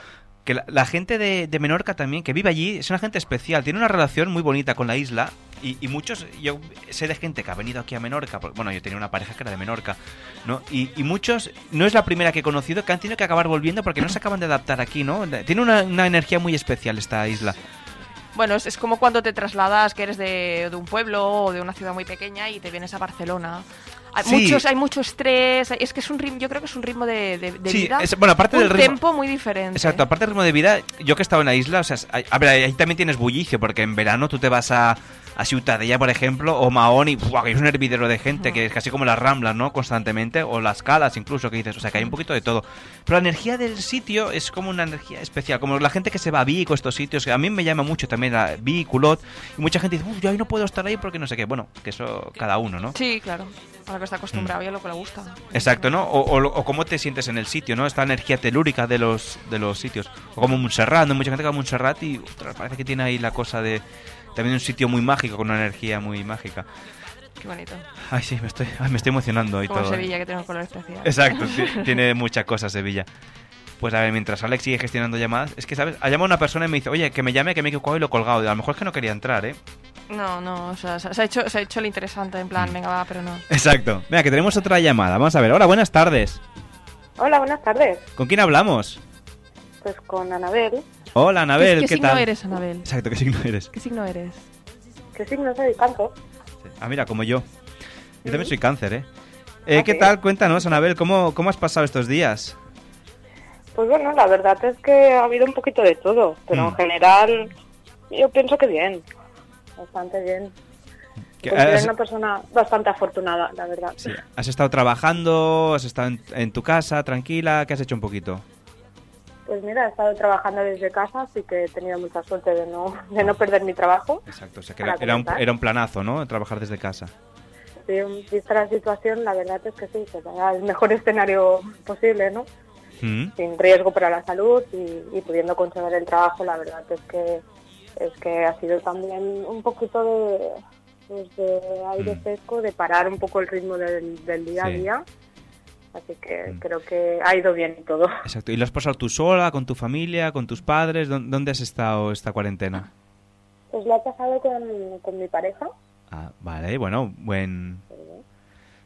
S2: Que la, la gente de, de Menorca también, que vive allí, es una gente especial, tiene una relación muy bonita con la isla. Y, y muchos, yo sé de gente que ha venido aquí a Menorca, porque, bueno, yo tenía una pareja que era de Menorca, ¿no? Y, y muchos, no es la primera que he conocido, que han tenido que acabar volviendo porque no se acaban de adaptar aquí, ¿no? Tiene una, una energía muy especial esta isla.
S3: Bueno, es, es como cuando te trasladas, que eres de, de un pueblo o de una ciudad muy pequeña y te vienes a Barcelona. Hay,
S2: Sí.
S3: muchos, hay mucho estrés, es que es un ritmo, yo creo que es un ritmo de, de- de
S2: Sí,
S3: vida,
S2: es- bueno, aparte
S3: un
S2: del ritmo-
S3: tempo muy diferente.
S2: Exacto, aparte del ritmo de vida, yo que he estado en la isla, o sea, hay- a ver, ahí también tienes bullicio, porque en verano tú te vas a, a Ciutadella, por ejemplo, o Mahón, y ¡buah! que es un hervidero de gente, que es casi como las ramblas, ¿no? Constantemente, o las calas incluso, que dices, o sea, que hay un poquito de todo. Pero la energía del sitio es como una energía especial, como la gente que se va a Vic o estos sitios, que a mí me llama mucho también la Vic, Culot, y mucha gente dice, "Uf, yo ahí no puedo estar ahí porque no sé qué, bueno, que eso cada uno, ¿no?
S3: Sí, claro, a lo que está
S2: Mm.
S3: acostumbrado y a lo que le gusta.
S2: Exacto, ¿no? O, o- o cómo te sientes en el sitio, ¿no? Esta energía telúrica de los, de los sitios. O como Montserrat, ¿no? Mucha gente que va a Montserrat y ostras, parece que tiene ahí la cosa de... También un sitio muy mágico, con una energía muy mágica.
S3: Qué bonito.
S2: Ay, sí, me estoy, [LAUGHS] ay, me estoy emocionando y
S3: Como
S2: todo.
S3: [LAUGHS]
S2: ¿eh?
S3: Sevilla, que tiene un color especial.
S2: Exacto, ti- tiene mucha cosa Sevilla.
S9: Pues a ver, mientras Alex sigue gestionando llamadas, es que, ¿sabes? Ha llamado una persona y me dice, oye, que me llame, que me he equivocado y lo he colgado. Y a lo mejor es que no quería entrar, ¿eh?
S3: No, no, o sea, se se ha hecho, se ha hecho el interesante, en
S2: Mm.
S3: plan, venga, va, pero no.
S2: [LAUGHS] Exacto. Venga, que tenemos otra llamada. Vamos a ver. Hola, buenas tardes.
S13: Hola, buenas tardes.
S2: ¿Con quién hablamos?
S13: Pues con Anabel.
S2: Hola, Anabel,
S3: ¿Qué,
S2: ¿qué,
S3: signo
S2: tal?
S3: eres, Anabel?
S2: Exacto, ¿qué signo eres?
S3: ¿Qué signo eres?
S13: ¿Qué signo soy? Canto.
S2: Ah, mira, como yo. Yo también soy cáncer, ¿eh? Eh, ¿Qué tal? Cuéntanos, Anabel, ¿cómo, ¿cómo has pasado estos días?
S13: Pues bueno, la verdad es que ha habido un poquito de todo, pero
S2: Mm.
S13: en general yo pienso que bien, bastante bien.
S2: ¿Qué-
S13: Considero
S2: has,
S13: una persona bastante afortunada, la verdad.
S2: has estado trabajando? ¿Has estado en, en tu casa tranquila? ¿Qué has hecho un poquito?
S13: Pues mira, he estado trabajando desde casa, así que he tenido mucha suerte de no, de no perder mi trabajo.
S2: Exacto, o sea, que
S13: Para
S2: era, era un,
S13: comentar.
S2: era un planazo, ¿no? Trabajar desde casa.
S13: Sí, un- vista la situación, la verdad es que sí, se da el mejor escenario posible, ¿no?
S2: Mm.
S13: sin riesgo para la salud y, y pudiendo conservar el trabajo, la verdad es que es que ha sido también un poquito de, pues, de aire fresco, de parar un poco el ritmo del, del día a
S2: Mm. Sí. Mm.
S13: día. Así que creo que ha ido bien y [LAUGHS] todo.
S2: Exacto. ¿Y lo has pasado tú sola, con tu familia, con tus padres? ¿Dó- ¿Dónde has estado esta cuarentena?
S13: Pues lo ha pasado con, con mi pareja.
S2: Ah, vale, bueno, buen...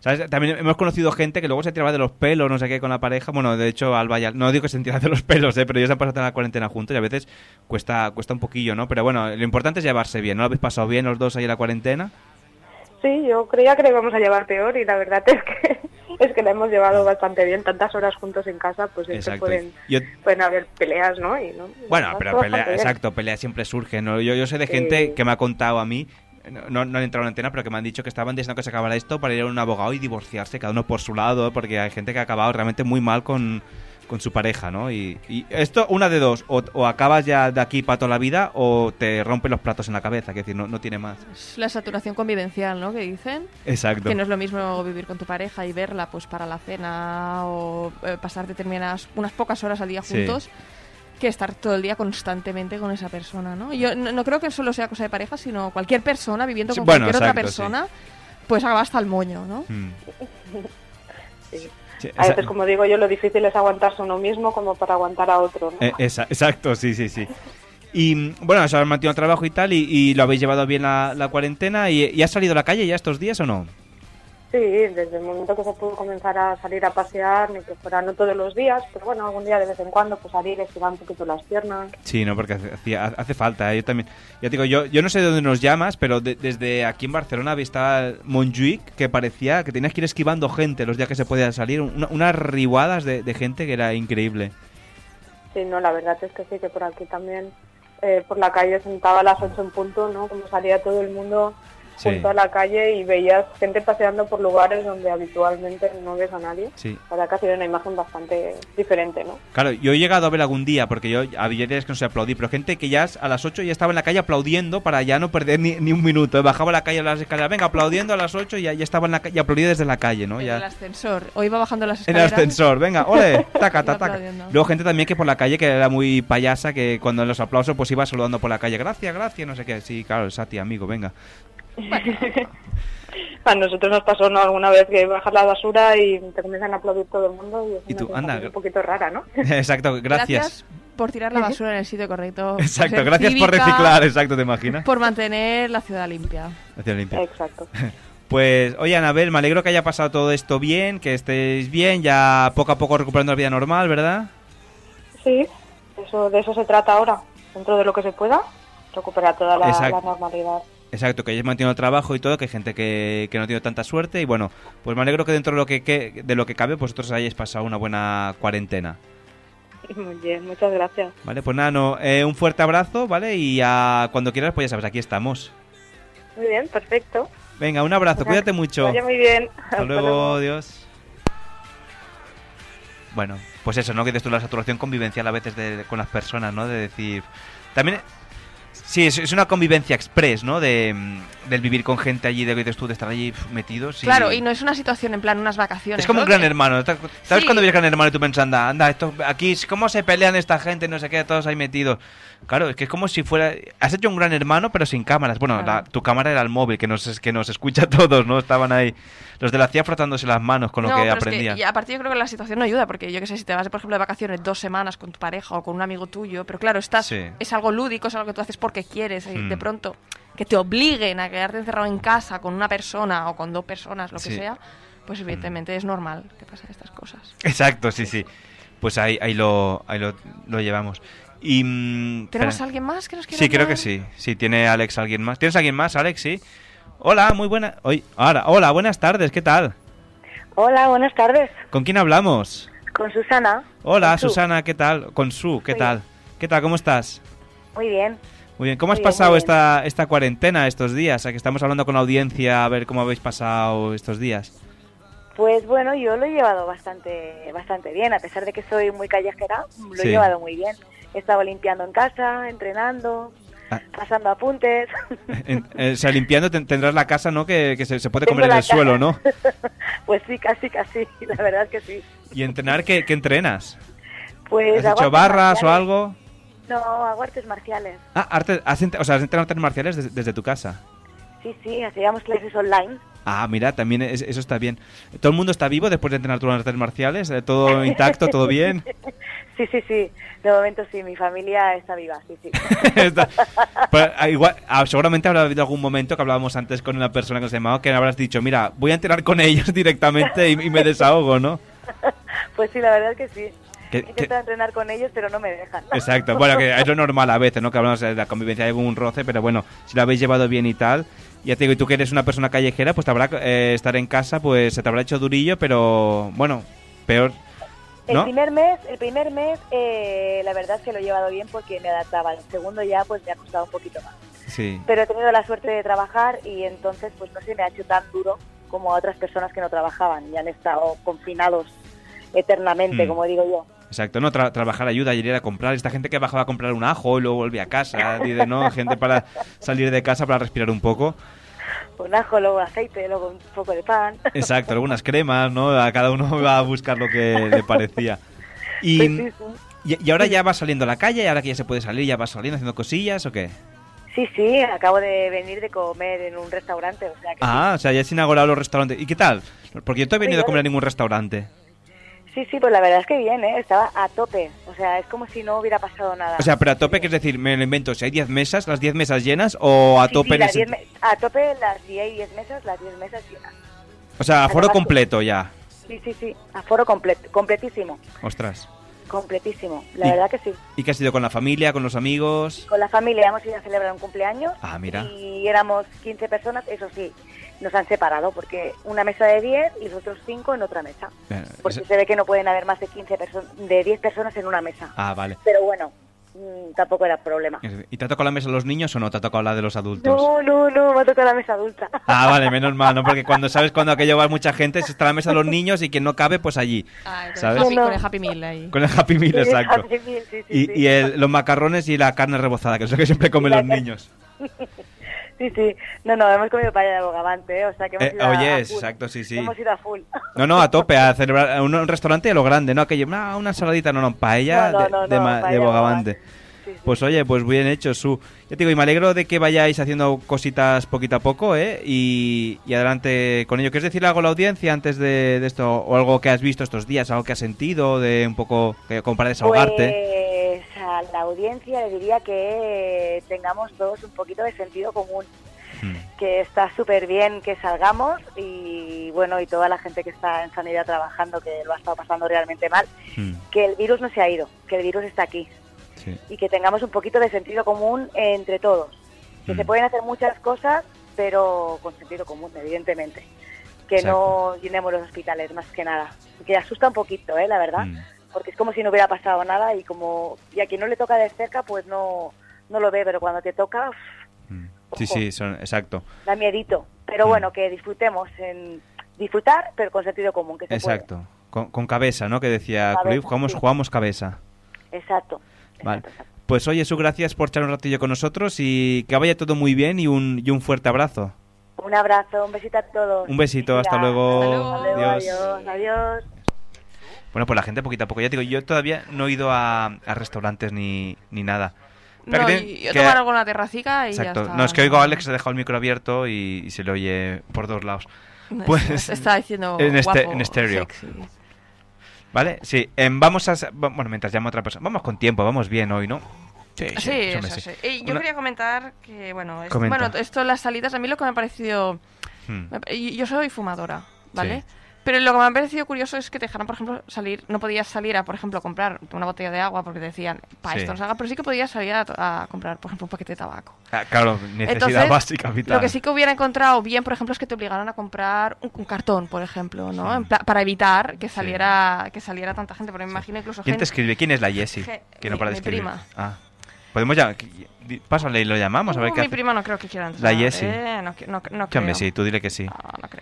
S2: ¿Sabes? También hemos conocido gente que luego se tiraba de los pelos, no sé qué, con la pareja. Bueno, de hecho, Alba y Al- No digo que se tiraba de los pelos, ¿eh? Pero ellos han pasado toda la cuarentena juntos y a veces cuesta, cuesta un poquillo, ¿no? Pero bueno, lo importante es llevarse bien. ¿No lo habéis pasado bien los dos ahí en la cuarentena?
S13: Sí, yo creía que la íbamos a llevar peor y la verdad es que [LAUGHS] es que la hemos llevado bastante bien. Tantas horas juntos en casa, pues siempre
S2: Mm. Exacto.
S13: pueden,
S2: Yo-
S13: pueden haber peleas, ¿no? Y, ¿no?
S2: Bueno,
S13: Nos
S2: pero
S13: pasó
S2: pelea,
S13: bastante bien.
S2: exacto, pelea siempre surge. ¿no? Yo, yo sé de
S13: Sí.
S2: gente que me ha contado a mí, no, no han entrado en antena, pero que me han dicho que estaban deseando que se acabara esto para ir a un abogado y divorciarse, cada uno por su lado, porque hay gente que ha acabado realmente muy mal con, con su pareja, ¿no? Y, y esto, una de dos, o, o acabas ya de aquí para toda la vida o te rompen los platos en la cabeza, que decir, no, no tiene más.
S3: Es la saturación convivencial, ¿no? Que dicen.
S2: Exacto.
S3: Que no es lo mismo vivir con tu pareja y verla pues para la cena o eh, pasar determinadas unas pocas horas al día
S2: Sí.
S3: juntos que estar todo el día constantemente con esa persona, ¿no? Yo no, no creo que solo sea cosa de pareja, sino cualquier persona viviendo
S2: Sí,
S3: con
S2: bueno,
S3: cualquier otra
S2: exacto,
S3: persona, pues acaba hasta el moño, ¿no?
S2: Mm.
S13: Sí.
S2: Sí,
S13: A
S2: esa-
S13: veces, como digo yo, lo difícil es aguantarse uno mismo como para aguantar a otro. ¿no?
S2: Eh, esa- exacto, sí, sí, sí. Y mm, bueno, os habéis mantenido trabajo y tal, y, y lo habéis llevado bien la, la cuarentena, y, ¿y has salido a la calle ya estos días o no?
S13: Sí, desde el momento que se pudo comenzar a salir a pasear, ni que fuera no todos los días, pero bueno, algún día de vez en cuando, pues salir, estirar un poquito las piernas.
S2: Sí, no, porque hace, hacía- hace falta. ¿eh? Yo también. Ya te digo, yo, yo no sé de dónde nos llamas, pero de- desde aquí en Barcelona estaba Montjuic, que parecía que tenías que ir esquivando gente los días que se podía salir. una- unas ribadas de, de gente que era increíble.
S13: Sí, no, la verdad es que sí, que por aquí también, eh, por la calle, sentaba a las 8 en punto, ¿no? Como salía todo el mundo
S2: Sí.
S13: junto a la calle y veías gente paseando por lugares donde habitualmente no ves a nadie.
S2: Sí.
S13: La verdad que ha sido una imagen bastante diferente, ¿no?
S2: Claro, yo he llegado a ver algún día, porque yo había días que no se aplaudí, pero gente que ya a las 8 ya estaba en la calle aplaudiendo para ya no perder ni, ni un minuto. ¿eh? Bajaba a la calle a las escaleras, venga, aplaudiendo a las 8 y ya, ya estaba en la calle, y aplaudía desde la calle, ¿no?
S3: En [LAUGHS] el
S2: Ya,
S3: ascensor, o iba bajando las
S2: en el
S3: escaleras.
S2: ascensor, venga, ole, taca, taca, taca.
S3: Aplaudiendo.
S2: Luego gente también que por la calle que era muy payasa, que cuando en los aplausos pues iba saludando por la calle, gracias, gracias, no sé qué. Sí, claro, Sati, amigo, venga. [LAUGHS]
S13: [LAUGHS] A nosotros nos pasó ¿no? alguna vez que bajas la basura y te comienzan a aplaudir todo el mundo y es
S2: Y
S13: una
S2: tú,
S13: sensación
S2: anda,
S13: un poquito rara, ¿no?
S2: Exacto, gracias.
S3: por tirar la basura en el sitio correcto. por
S2: Exacto,
S3: ser
S2: gracias por
S3: cívica,
S2: reciclar, exacto, ¿te imaginas?
S3: Por mantener la ciudad limpia.
S2: Gracias, Olimpia.
S13: Exacto.
S2: Pues, oye, Anabel, me alegro que haya pasado todo esto bien, que estéis bien, ya poco a poco recuperando la vida normal, ¿verdad?
S13: Sí, eso, de eso se trata ahora. Dentro de lo que se pueda, recuperar toda la,
S2: Exacto.
S13: la normalidad.
S2: Exacto, que hayáis mantenido el trabajo y todo, que hay gente que, que no tiene tanta suerte y bueno, pues me alegro que dentro de lo que, que- de lo que cabe vosotros hayáis pasado una buena cuarentena.
S13: [LAUGHS] Muy bien, muchas gracias.
S2: Vale, pues nada, no, eh, un fuerte abrazo, ¿vale? Y a, cuando quieras, pues ya sabes, aquí estamos.
S13: Muy bien, perfecto.
S2: Venga, un abrazo, cuídate mucho.
S13: Vaya muy bien.
S2: Hasta luego, adiós. Bueno, pues eso, ¿no? Que dices tú la saturación convivencial a veces de- con las personas, ¿no? De decir. También Sí, es, es una convivencia express, ¿no? De, mm, del vivir con gente allí, de que dices tú, de estar allí pf, metidos. y-
S3: Claro, y no es una situación en plan unas vacaciones.
S2: Es como
S3: ¿no?
S2: un gran
S3: Que-
S2: hermano. ¿Sabes
S3: Sí.
S2: cuando vienes gran hermano y tú piensas, anda, anda, esto, aquí, ¿cómo se pelean esta gente? No sé qué, todos ahí metidos. Claro, es que es como si fuera. Has hecho un gran hermano, pero sin cámaras. Bueno, la- tu cámara era el móvil, que nos, que nos escucha a todos, ¿no? Estaban ahí los de la CIA frotándose las manos con lo
S3: No,
S2: que
S3: pero
S2: aprendían.
S3: Es que, y aparte yo creo que la situación no ayuda, porque yo que sé, si te vas, por ejemplo, de vacaciones dos semanas con tu pareja o con un amigo tuyo, pero claro, estás,
S2: Sí.
S3: es algo lúdico, es algo que tú haces porque quieres, y
S2: Mm.
S3: de pronto que te obliguen a quedarte encerrado en casa con una persona o con dos personas, lo que
S2: Sí. Hmm.
S3: sea, pues evidentemente es normal que pasen estas cosas.
S2: Exacto, sí, sí. Pues ahí, ahí, lo, ahí lo, lo llevamos. Y, mm,
S3: ¿Tenemos
S2: espera.
S3: alguien más que nos quiera
S2: Sí, creo
S3: hablar?
S2: que sí. Sí, tiene Alex alguien más. ¿Tienes alguien más, Alex? Sí. Hola, muy buena. Hoy, ahora, hola, buenas tardes, ¿qué tal?
S14: Hola, buenas tardes.
S2: ¿Con quién hablamos?
S14: Con Susana.
S2: Hola,
S14: Con Su.
S2: Susana, ¿qué tal? Con Su, ¿qué tal? ¿Qué tal? ¿Cómo estás?
S14: Muy bien.
S2: Muy bien. ¿Cómo has
S14: Muy bien,
S2: pasado
S14: muy bien.
S2: esta, esta cuarentena estos días? O sea, que estamos hablando con la audiencia a ver cómo habéis pasado estos días. [LAUGHS]
S14: Pues bueno, yo lo he llevado bastante, bastante bien, a pesar de que soy muy callejera, lo
S2: Sí.
S14: he llevado muy bien. He estado limpiando en casa, entrenando,
S2: Ah.
S14: pasando apuntes.
S2: En- eh, o sea, limpiando ten- tendrás la casa, ¿no? Que, que se, se
S14: [LAUGHS]
S2: puede
S14: Tengo
S2: comer en
S14: la
S2: el
S14: casa.
S2: suelo, ¿no?
S14: Pues sí, casi, casi, [LAUGHS] la verdad es que sí.
S2: Y entrenar, ¿qué, qué entrenas?
S14: Pues
S2: ¿Has
S14: hago
S2: hecho
S14: artes
S2: barras o
S14: marciales.
S2: algo?
S14: No, hago artes marciales.
S2: Ah, arte- has, ent- o sea, has entrenado artes marciales des- desde tu casa.
S14: Sí, sí, hacíamos clases online.
S2: Ah, mira, también es- eso está bien. ¿Todo el mundo está vivo después de entrenar tus artes marciales? Eh, ¿Todo intacto? ¿Todo bien?
S14: [LAUGHS] Sí, sí, sí. De momento sí, mi familia está viva, sí, [LAUGHS] sí.
S2: Está- Pero, ah, igual, ah, seguramente habrá habido algún momento que hablábamos antes con una persona que nos llamaba que habrás dicho, mira, voy a enterar con ellos [LAUGHS] directamente y, y me desahogo, ¿no?
S14: Pues sí, la verdad es que sí.
S2: Que-
S14: Intento
S2: que-
S14: entrenar con ellos, pero no me dejan. [LAUGHS]
S2: exacto, bueno, que es lo normal a veces, ¿no? Que hablamos de la convivencia de algún roce, pero bueno, si lo habéis llevado bien y tal, ya te digo, y tú que eres una persona callejera, pues te habrá, eh, estar en casa, pues se te habrá hecho durillo, pero bueno, peor,
S14: El
S2: ¿no?
S14: primer mes, el primer mes, eh, la verdad es que lo he llevado bien porque me adaptaba. El segundo ya, pues me ha costado un poquito más.
S2: Sí.
S14: Pero he tenido la suerte de trabajar y entonces, pues no se me ha hecho tan duro como a otras personas que no trabajaban y han estado confinados eternamente,
S2: Mm.
S14: como digo yo.
S2: Exacto, no, Tra- trabajar ayuda, ayer ir a comprar. Esta gente que bajaba a comprar un ajo y luego volvía a casa, [LAUGHS] dice, no, gente para salir de casa para respirar un poco.
S14: Un ajo, luego aceite, luego un poco de pan. [LAUGHS]
S2: Exacto, algunas cremas, ¿no? A cada uno va a buscar lo que le parecía. Y,
S14: Sí, sí, sí.
S2: y- y ahora ya va saliendo a la calle, y ahora que ya se puede salir, ya va saliendo haciendo cosillas o qué?
S14: Sí, sí, acabo de venir de comer en un restaurante, o sea que
S2: Ah, o sea, ya se han inaugurado los restaurantes. ¿Y qué tal? Porque yo no he venido a
S14: Muy
S2: comer a ningún restaurante.
S14: sí, sí, pues la verdad es que bien, ¿eh? estaba a tope, o sea, es como si no hubiera pasado nada.
S2: O sea, pero a tope, que es decir, me lo invento, si hay 10 mesas, las 10 mesas llenas o a
S14: Sí,
S2: tope...
S14: sí,
S2: en
S14: las
S2: ese-
S14: diez me- a tope las 10 y 10 mesas, las 10 mesas llenas.
S2: O sea, aforo
S14: Además-
S2: completo ya.
S14: Sí, sí, sí, aforo complet- completísimo,
S2: Ostras.
S14: completísimo, la
S2: Y-
S14: verdad que sí.
S2: ¿Y qué ha sido con la familia, con los amigos?
S14: Con la familia hemos ido a celebrar un cumpleaños
S2: Ah, mira.
S14: y éramos 15 personas, eso sí, nos han separado porque una mesa de 10 y los otros 5 en otra mesa,
S2: Eh,
S14: porque
S2: es-
S14: se ve que no pueden haber más de 15 personas, de 10 personas en una mesa.
S2: Ah, vale.
S14: Pero bueno, mm, tampoco era problema.
S2: Es- ¿Y te ha tocado la mesa de los niños o no te ha tocado la de los adultos?
S14: No, no, no, me ha tocado la mesa adulta. [LAUGHS]
S2: Ah, vale, menos mal, ¿no? Porque cuando sabes cuando aquello va mucha gente, se está la mesa de los niños y quien no cabe, pues allí.
S3: con el
S2: ¿Sabes?
S3: Happy- con el Happy Meal ahí.
S2: Con el Happy Meal,
S14: Ah, Sí, el
S2: exacto.
S14: Happy Meal, sí, sí,
S2: Y,
S14: sí.
S2: y el- los macarrones y la carne rebozada, que es lo que siempre comen
S14: Y la
S2: los
S14: carne-
S2: niños.
S14: Sí, sí. No, no, hemos comido paella de bogavante, ¿eh? o sea que hemos
S2: Eh,
S14: ido a-
S2: oye,
S14: a full.
S2: exacto, sí, sí.
S14: Hemos ido a full.
S2: No, no, a tope, a celebrar a un, un restaurante a lo grande, ¿no? Aquello, ah, una ensaladita, no, no, paella
S14: No, no,
S2: de,
S14: no,
S2: de
S14: no,
S2: ma- de
S14: paella
S2: bogavante. Pues oye, pues bien hecho, Su. Ya te digo, y me alegro de que vayáis haciendo cositas poquito a poco, ¿eh? Y, y adelante con ello. ¿Quieres decir algo a la audiencia antes de, de esto? ¿O algo que has visto estos días? ¿Algo que has sentido? De un poco, que, como para desahogarte.
S14: Pues a la audiencia le diría que tengamos todos un poquito de sentido común.
S2: Hmm.
S14: Que está súper bien que salgamos y bueno, y toda la gente que está en sanidad trabajando, que lo ha estado pasando realmente mal,
S2: Mm.
S14: que el virus no se ha ido, que el virus está aquí. Y que tengamos un poquito de sentido común entre todos. Que
S2: Mm.
S14: se pueden hacer muchas cosas, pero con sentido común, evidentemente. Que no llenemos los hospitales, más que nada. Que asusta un poquito, ¿eh? la verdad.
S2: Mm.
S14: Porque es como si no hubiera pasado nada y como y a quien no le toca de cerca, pues no, no lo ve, pero cuando te toca, uf,
S2: Sí, sí, son, exacto.
S14: da miedito.
S2: Mm.
S14: Pero bueno, que disfrutemos en disfrutar, pero con sentido común, que se
S2: Exacto. Con, con cabeza, ¿no? Que decía
S14: Cabeza,
S2: Cruyff, jugamos,
S14: sí.
S2: jugamos cabeza.
S14: puede. Exacto.
S2: Vale. Pues oye, su gracias por echar un ratillo con nosotros y que vaya todo muy bien y un, y un fuerte abrazo.
S14: Un abrazo, un besito a todos.
S2: Un besito, hasta luego.
S14: Pues Hasta luego. Adiós. Adiós. Adiós.
S2: Bueno, pues la gente poquito a poco. Ya te digo, yo todavía no he ido a, a restaurantes ni, ni nada.
S3: No,
S2: que
S3: y yo tomar algo en la terracica y
S2: Exacto.
S3: ya está.
S2: No, es que oigo a Alex, se ha dejado el micro abierto y, y se le oye por
S3: [LAUGHS]
S2: dos lados.
S3: No,
S2: Pues,
S3: está diciendo
S2: [LAUGHS] en, este-
S3: guapo,
S2: en estéreo.
S3: sexy.
S2: ¿Vale? Sí, em, vamos a... sa- va- Bueno, mientras llama otra persona. Vamos con tiempo, vamos bien hoy, ¿no? Sí,
S3: Sí,
S2: yo me
S3: eso
S2: sé.
S3: sí. Y yo
S2: Una-
S3: quería comentar que, bueno, es-
S2: Comenta.
S3: bueno, esto en las salidas, a mí lo que me ha parecido.
S2: Hmm.
S3: me- y- Yo soy fumadora, ¿vale?
S2: Sí.
S3: Pero lo que me ha parecido curioso es que te dejaron, por ejemplo, salir. No podías salir a, por ejemplo, comprar una botella de agua porque te decían, para
S2: Sí.
S3: esto no se haga", pero sí que podías salir a, to- a comprar, por ejemplo, un paquete de tabaco.
S2: Ah, claro, necesidad
S3: Entonces,
S2: básica, vital.
S3: Lo que sí que hubiera encontrado bien, por ejemplo, es que te obligaron a comprar un, un cartón, por ejemplo, ¿no?
S2: Hmm.
S3: En pla- para evitar que saliera que saliera tanta gente, porque me imagino incluso
S2: ¿Quién te
S3: gente.
S2: escribe? ¿Quién es la Jessie?
S3: Ge-
S2: Que no
S3: mi-
S2: para de
S3: mi
S2: escribir.
S3: prima.
S2: Ah. Podemos ya... di- Pásale y lo llamamos a ver
S3: Uh,
S2: qué
S3: mi
S2: hace.
S3: prima no creo que quiera entrar.
S2: La Jessie.
S3: eh, no, que- no- no creo. Ah.
S2: Chame, sí, tú dile que sí.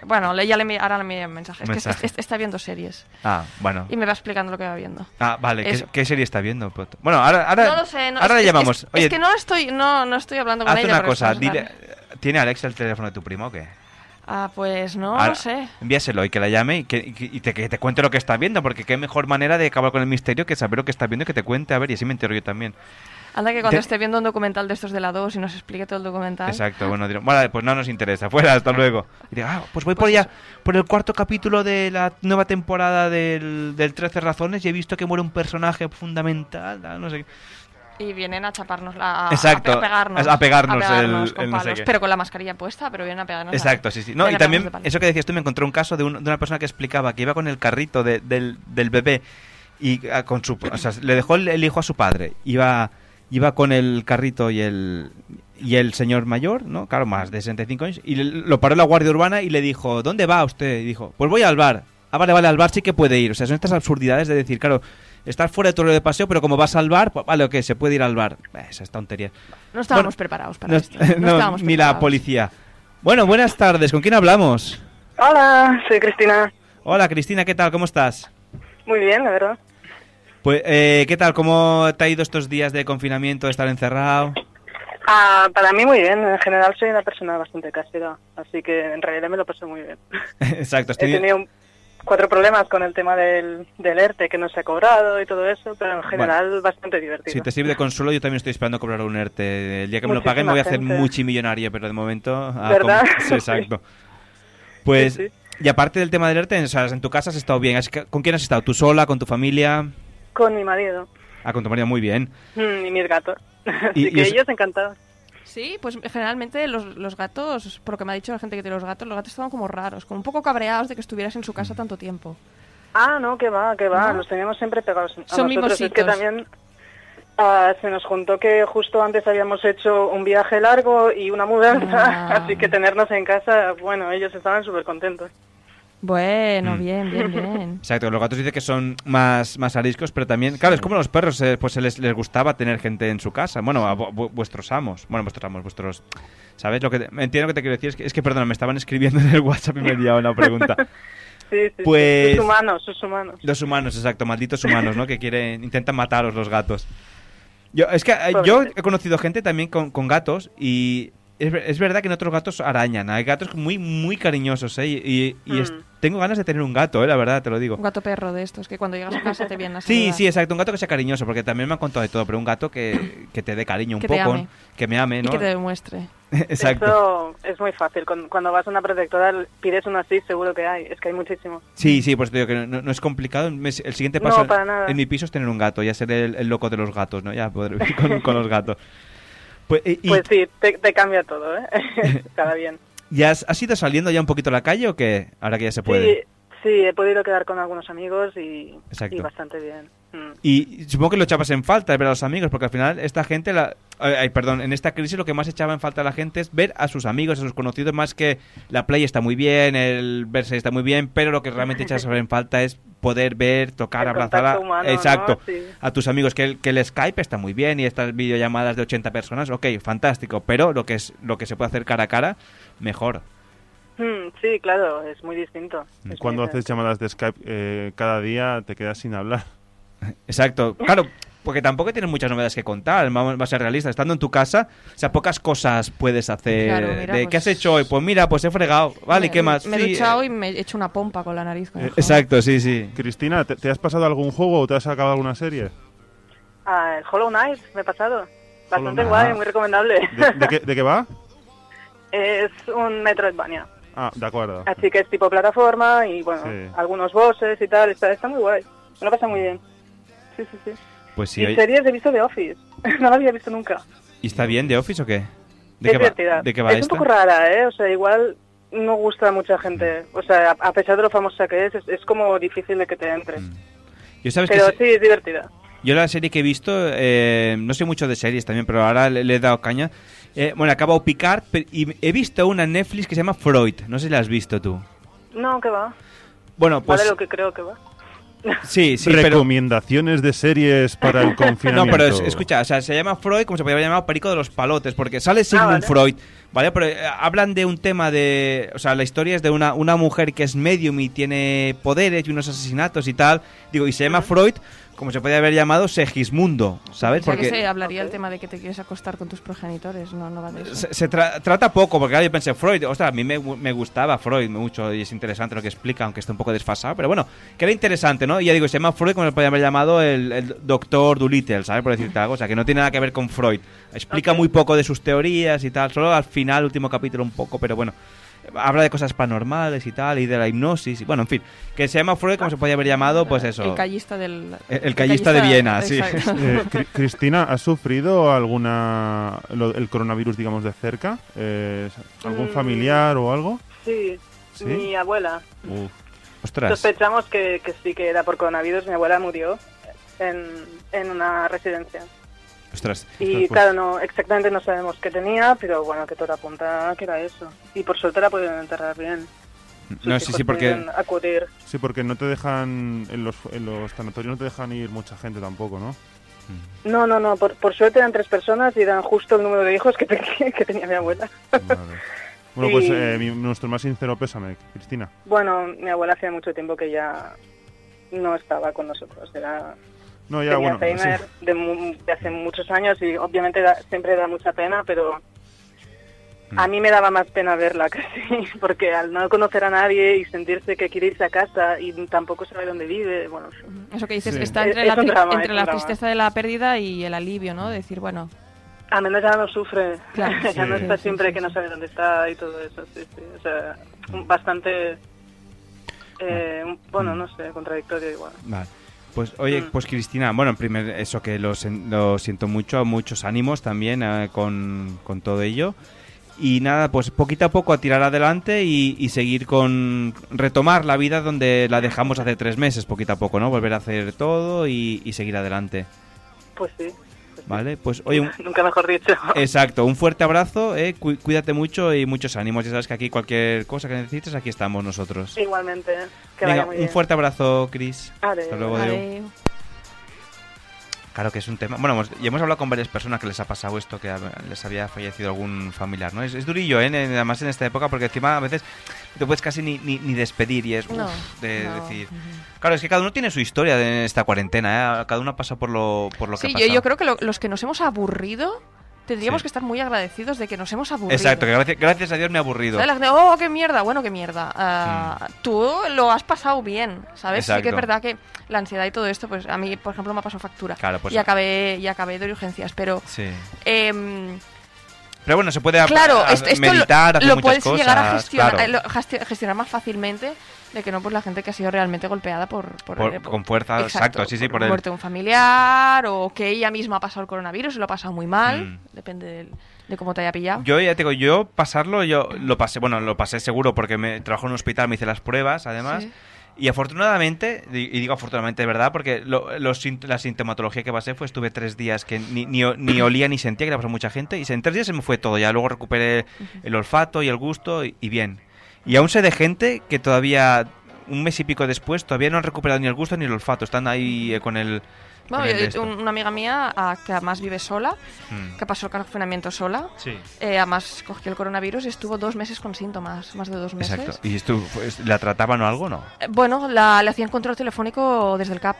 S3: Bueno, le- ya le envi- ahora le enviaré un mensaje. Es que
S2: Mensaje.
S3: es- es- está viendo series.
S2: Ah, bueno.
S3: Y me va explicando lo que va viendo.
S2: Ah, vale. ¿Qué,
S3: Eso.
S2: qué serie está viendo? Pot? Bueno, ahora, ahora,
S3: no lo sé. No,
S2: ahora
S3: es-
S2: le
S3: es-
S2: llamamos.
S3: Es, es
S2: Oye,
S3: que no estoy, no, no estoy hablando con
S2: haz
S3: ella.
S2: una
S3: pero
S2: cosa.
S3: estamos
S2: Dile,
S3: hablando.
S2: ¿Tiene Alexa el teléfono de tu primo o qué?
S3: Ah, pues no,
S2: Ahora,
S3: no sé.
S2: Envíaselo y que la llame y, que, y que- y te, que te cuente lo que está viendo, porque qué mejor manera de acabar con el misterio que saber lo que está viendo y que te cuente. A ver, y así me entero yo también.
S3: Anda que cuando
S2: Te-
S3: esté viendo un documental de estos de la 2 y nos explique todo el documental.
S2: Exacto, bueno, diré, vale, pues no nos interesa, [LAUGHS] fuera, hasta luego. Y digo, ah, pues voy por allá, por el cuarto capítulo de la nueva temporada del, del 13 Razones y he visto que muere un personaje fundamental, ah, no sé qué.
S3: Y vienen a chaparnos, la, a,
S2: Exacto,
S3: a pegarnos.
S2: a pegarnos
S3: a pegarnos
S2: el-
S3: con
S2: el no sé
S3: palos,
S2: qué.
S3: Pero con la mascarilla puesta, pero vienen a pegarnos. a-
S2: Exacto, sí, sí. No,
S3: vienen
S2: y
S3: a pegarnos
S2: también
S3: de palos.
S2: eso que decías tú, me encontré un caso de, un- de una persona que explicaba que iba con el carrito de- del, del bebé y ah, con su, o sea, le dejó el, el hijo a su padre. Iba, iba con el carrito y el y el señor mayor, ¿no? Claro, más de 65 años y le- lo paró la guardia urbana y le dijo, "¿Dónde va usted?" Y dijo, "Pues voy al bar." Ah, vale, vale, al bar sí que puede ir. O sea, son estas absurdidades de decir, claro, estás fuera de tu horario de paseo, pero como vas al bar, pues vale, ok, se puede ir al bar. Eh, Esa es tontería.
S3: No estábamos preparados para
S2: No-
S3: esto.
S2: [LAUGHS]
S3: No,
S2: no,
S3: estábamos
S2: ni la
S3: preparados.
S2: policía. Bueno, buenas tardes. ¿Con quién hablamos?
S15: Hola, soy Cristina.
S2: Hola, Cristina, ¿qué tal? ¿Cómo estás?
S15: Muy bien, la verdad.
S2: Pues, eh, ¿qué tal? ¿Cómo te ha ido estos días de confinamiento, de estar encerrado? [LAUGHS]
S15: Ah, para mí muy bien, en general soy una persona bastante casera, así que en realidad me lo paso muy bien.
S2: Exacto,
S15: He
S2: estoy
S15: tenido un- cuatro problemas con el tema del, del ERTE que no se ha cobrado y todo eso, pero en general bastante divertido.
S2: Si te sirve de consuelo, yo también estoy esperando cobrar un ERTE. El día que me lo
S15: Muchísima
S2: paguen me voy a hacer
S15: gente.
S2: multimillonario, pero de momento... ah,
S15: ¿Verdad? [LAUGHS]
S2: como- Sí, exacto. Pues,
S15: Sí, sí.
S2: y aparte del tema del ERTE, o sea, en tu casa has estado bien. Así que, ¿Con quién has estado? ¿Tú sola? ¿Con tu familia?
S15: Con mi marido
S2: Ah, con tu marido, muy bien.
S15: mm, y mis gatos, [LAUGHS]
S2: Y-
S15: así
S2: y
S15: que
S2: eso-
S15: ellos encantados.
S3: Sí, pues generalmente los, los gatos, por lo que me ha dicho la gente que tiene los gatos, los gatos estaban como raros, como un poco cabreados de que estuvieras en su
S2: Mm.
S3: casa tanto tiempo.
S15: Ah, no, que va, que va,
S3: ¿No?
S15: los teníamos siempre pegados. A
S3: Son
S15: nosotros es que
S3: mimositos.
S15: también ah, se nos juntó que justo antes habíamos hecho un viaje largo y una mudanza,
S3: Ah.
S15: [LAUGHS] así que tenernos en casa, bueno, ellos estaban súper contentos.
S2: Mm.
S3: Bueno, bien,
S2: [LAUGHS]
S3: bien, bien.
S2: Exacto, los gatos dicen que son más, más ariscos, pero también, claro, es como los perros, eh, pues se les, les gustaba tener gente en su casa. Bueno, a vu- vu- vuestros amos, bueno, vuestros amos, vuestros... ¿Sabes lo que te- Entiendo lo que te quiero decir, es que, es que perdona, me estaban escribiendo en el WhatsApp y me he liado una pregunta.
S15: [LAUGHS] Sí, sí, sí,
S2: Pues-
S15: sus humanos, sus humanos.
S2: Los humanos, exacto, malditos humanos, ¿no? Que quieren, intentan mataros los gatos. Yo, es que eh, yo he conocido gente también con, con gatos y es, ver- es verdad que en otros gatos arañan. Hay gatos muy, muy cariñosos, ¿eh? Y, y es- tengo ganas de tener un gato, ¿eh? La verdad, te lo digo.
S3: Un gato perro de estos que cuando llegas a casa te vienen a
S2: Sí,
S3: saludar.
S2: sí, exacto. Un gato que sea cariñoso, porque también me han contado de todo, pero un gato que, que te dé cariño un
S3: Que te
S2: poco,
S3: ame.
S2: que me ame,
S3: Y
S2: ¿no?
S3: que te demuestre.
S2: [LAUGHS] exacto.
S15: Eso es muy fácil. Cuando, cuando vas a una protectora pides uno así, seguro que hay. Es que hay muchísimos.
S2: Sí, sí, pues te digo que no, no es complicado. Me- El siguiente paso
S15: No, para nada.
S2: en mi piso es tener un gato, ya ser el, el loco de los gatos, ¿no? Ya poder vivir con, con los gatos. Pues, eh, y,
S15: Pues sí, te, te cambia todo, ¿eh? [LAUGHS] Cada bien.
S2: ¿y has, has ido saliendo ya un poquito a la calle o qué? Ahora que ya se puede.
S15: Sí, sí, he podido quedar con algunos amigos y,
S2: Exacto.
S15: y bastante bien. Mm.
S2: Y supongo que lo echabas en falta, ver a los amigos, porque al final esta gente, la, ay, ay, perdón, en esta crisis lo que más echaba en falta a la gente es ver a sus amigos, a sus conocidos, más que la playa está muy bien, el verse está muy bien, pero lo que realmente echas en falta es poder ver, tocar,
S15: El
S2: abrazar a,
S15: contacto humano,
S2: exacto,
S15: ¿no? Sí.
S2: a tus amigos, que el, que el Skype está muy bien y estas videollamadas de 80 personas, ok, fantástico, pero lo que, es, lo que se puede hacer cara a cara, mejor.
S15: Mm, sí, claro, es muy distinto. Es
S16: Cuando
S15: muy
S16: haces llamadas de Skype eh, cada día te quedas sin hablar.
S2: Exacto, claro. porque tampoco tienes muchas novedades que contar, vamos va a ser realista, estando en tu casa, o sea, pocas cosas puedes hacer.
S3: Claro, mira,
S2: de,
S3: pues-
S2: ¿Qué has hecho hoy? Pues mira, pues he fregado, vale,
S3: Me-
S2: ¿qué más?
S3: Me he
S2: Sí, eh,
S3: duchado y me he hecho una pompa con la nariz.
S11: pues,
S3: con el jabón.
S2: Exacto, sí, sí.
S4: Cristina, ¿te, te has pasado algún juego o te has acabado alguna serie?
S15: Ah, el Hollow Knight, me he pasado. Bastante
S2: ah,
S4: Knight.
S15: guay, muy recomendable.
S4: ¿De, de qué, de qué va?
S15: [LAUGHS] es un Metroidvania.
S4: Ah, de acuerdo.
S15: Así que es tipo plataforma y bueno,
S4: Sí.
S15: algunos bosses y tal. Está, está muy guay. Me lo pasa muy bien. Sí, sí, sí.
S2: Pues sí,
S15: y
S2: oye,
S15: series he visto de Office. [LAUGHS] no la había visto nunca.
S2: ¿y está bien de Office o qué? ¿De
S15: es
S2: qué
S15: divertida.
S2: va, de qué va
S15: es
S2: esta?
S15: un poco rara, ¿eh? O sea, igual no gusta a mucha gente.
S2: Mm.
S15: O sea, a, a pesar de lo famosa que es, es, es como difícil de que te entres.
S2: Yo Mm. sabes que
S15: Pero
S2: se-
S15: sí, es divertida.
S2: Yo la serie que he visto, eh, no sé mucho de series también, pero ahora le, le he dado caña. Eh, bueno, acabo Picard pe- y he visto una en Netflix que se llama Freud. No sé si la has visto tú.
S15: No, que va.
S2: Bueno, pues
S15: vale lo que creo que va.
S2: sí,
S15: [LAUGHS]
S2: sí, pero...
S4: Recomendaciones de series para el
S2: [LAUGHS] No,
S4: confinamiento.
S2: pero es- escucha, o sea, se llama Freud como se podría haber llamado Perico de los Palotes, porque sale Sigmund
S4: vale.
S2: Freud, ¿vale? Pero eh, hablan de un tema de. O sea, la historia es de una, una mujer que es medium y tiene poderes y unos asesinatos y tal. Digo, y se llama Freud como se podría haber llamado Segismundo, ¿sabes?
S3: O sea, que
S2: Porque.
S3: se hablaría el tema de que te quieres acostar con tus progenitores. No, no va de eso.
S2: se, se tra- trata poco, porque claro, yo pensé, Freud, ostras, a mí me, gu- me gustaba Freud mucho y es interesante lo que explica, aunque está un poco desfasado, pero bueno, que era interesante, ¿no? Y ya digo, se llama Freud como se podría haber llamado el, el doctor Doolittle, ¿sabes? Por decirte algo, o sea, que no tiene nada que ver con Freud. Explica muy poco de sus teorías y tal, solo al final, último capítulo un poco, pero bueno. Habla de cosas paranormales y tal, y de la hipnosis, y bueno, en fin, que se llama Freud como se podría haber llamado, pues eso.
S3: El callista del...
S2: El- el callista de Viena, sí.
S3: exacto.
S2: [LAUGHS]
S4: Eh, Cri- Cristina, ¿has sufrido alguna lo- el coronavirus, digamos, de cerca? Eh, ¿Algún
S15: Mm.
S4: familiar o algo?
S15: Sí,
S4: ¿Sí?
S15: mi abuela.
S4: Uf.
S2: Ostras.
S15: Sospechamos que, que sí que era por coronavirus. Mi abuela murió en, en una residencia.
S2: Ostras. pues
S15: Y claro, no exactamente no sabemos qué tenía, pero bueno, que todo apunta a que era eso. Y por suerte la pudieron enterrar bien.
S4: No,
S15: Sus
S4: sí,
S15: hijos
S4: sí, porque-
S15: pudieron acudir.
S4: Sí, porque no te dejan, en los, en los sanatorios no te dejan ir mucha gente tampoco, ¿no?
S15: No, no, no, por, por suerte eran tres personas y eran justo el número de hijos que, [LAUGHS] te- que tenía mi abuela.
S4: Bueno, pues
S15: Sí.
S4: eh, mi- nuestro más sincero pésame, Cristina.
S15: Bueno, mi abuela hacía mucho tiempo que ya no estaba con nosotros, era...
S4: No, ya,
S15: tenía
S4: bueno,
S15: Alzheimer de, mu- de hace muchos años y obviamente da- siempre da mucha pena, pero a
S2: Mm.
S15: mí me daba más pena verla [LAUGHS] casi, porque al no conocer a nadie y sentirse que quiere irse a casa y tampoco sabe dónde vive, bueno...
S3: Eso que dices,
S15: Sí.
S3: está
S15: Es-
S3: entre
S15: es
S3: la,
S15: un
S3: tri-
S15: drama,
S3: entre
S15: es un
S3: la
S15: drama.
S3: tristeza de la pérdida y el alivio, ¿no? Decir, bueno,
S15: A menos ya no sufre,
S3: Claro,
S15: [LAUGHS] ya no
S3: sí.
S15: está
S3: Sí,
S15: siempre que no sabe dónde está y todo eso, sí, sí, o sea, un- bastante... eh, un-
S2: Mm.
S15: bueno, no sé, contradictorio igual.
S2: Vale. Pues oye,
S15: Mm.
S2: pues Cristina, bueno, en primer eso que lo, sen- lo siento mucho, muchos ánimos también eh, con, con todo ello. Y nada, pues poquito a poco a tirar adelante y, y seguir con retomar la vida donde la dejamos hace tres meses, poquito a poco, ¿no? Volver a hacer todo y, y seguir adelante,
S15: Pues sí,
S2: ¿vale? Pues
S15: [LAUGHS]
S2: oye, un-
S15: nunca mejor dicho.
S2: exacto, un fuerte abrazo, eh, cu- cuídate mucho y muchos ánimos. Ya sabes que aquí cualquier cosa que necesites, aquí estamos nosotros.
S15: Igualmente, que
S2: Venga,
S15: vaya muy
S2: un
S15: bien.
S2: fuerte abrazo, Chris.
S15: Adeu.
S2: Hasta luego, adeu. Claro que es un tema. Bueno, hemos, y hemos hablado con varias personas que les ha pasado esto, que a- les había fallecido algún familiar, ¿no? Es, es durillo, ¿eh? En- en- Además en esta época, porque encima a veces no te puedes casi ni, ni, ni despedir y es
S11: No,
S2: uf, de
S11: no.
S2: decir. Claro, es que cada uno tiene su historia de esta cuarentena, ¿eh? Cada uno pasa por lo, por lo
S3: sí,
S2: que
S3: yo,
S2: ha
S3: yo
S2: pasado.
S3: creo que lo- los que nos hemos aburrido tendríamos
S2: Sí.
S3: que estar muy agradecidos de que nos hemos aburrido.
S2: Exacto, que gracias, gracias a Dios me he aburrido.
S3: ¿Sabes? La gente, oh, qué mierda, bueno, qué mierda. Ah, Tú lo has pasado bien, ¿sabes? Sí que es
S2: Mm. Exacto.
S3: verdad que la ansiedad y todo esto, pues a mí, por ejemplo, me ha pasado factura.
S2: Claro, pues-
S3: y, acabé, y acabé de urgencias, pero...
S2: Sí.
S3: em,
S2: Pero bueno, se puede a-
S3: claro,
S2: a-
S3: esto, esto lo-
S2: meditar, hacer
S3: lo
S2: muchas
S3: puedes
S2: cosas.
S3: llegar a gestionar,
S2: claro.
S3: eh, lo- gesti- gestionar más fácilmente de que no pues la gente que ha sido realmente golpeada por, por,
S2: Por-
S3: eh, por-
S2: con fuerza, exacto, sí, sí, por
S3: la
S2: el-
S3: muerte de un familiar o que ella misma ha pasado el coronavirus y lo ha pasado muy mal,
S2: Mm.
S3: depende del- de cómo te haya pillado.
S2: Yo ya te digo, yo pasarlo, yo lo pasé, bueno, lo pasé seguro porque me trabajo en un hospital, me hice las pruebas, además.
S3: Sí.
S2: Y afortunadamente, di- y digo afortunadamente de verdad, porque lo- los sint- la sintomatología que pasé fue, estuve tres días que ni, ni, o- ni olía ni sentía, que le pasó a mucha gente, y en tres días se me fue todo, ya luego recuperé el olfato y el gusto y, y bien. Y aún sé de gente que todavía, un mes y pico después, todavía no han recuperado ni el gusto ni el olfato, están ahí eh, con el... con
S3: Bueno,
S2: el
S3: yo-
S2: de esto.
S3: un- una amiga mía ah, que además vive sola,
S2: Mm.
S3: que pasó el confinamiento sola,
S2: Sí.
S3: eh, además cogió el coronavirus y estuvo dos meses con síntomas, más de dos meses.
S2: Exacto. ¿Y esto pues, la trataban o algo no?
S3: Eh, Bueno, la, le hacían control telefónico desde el CAP.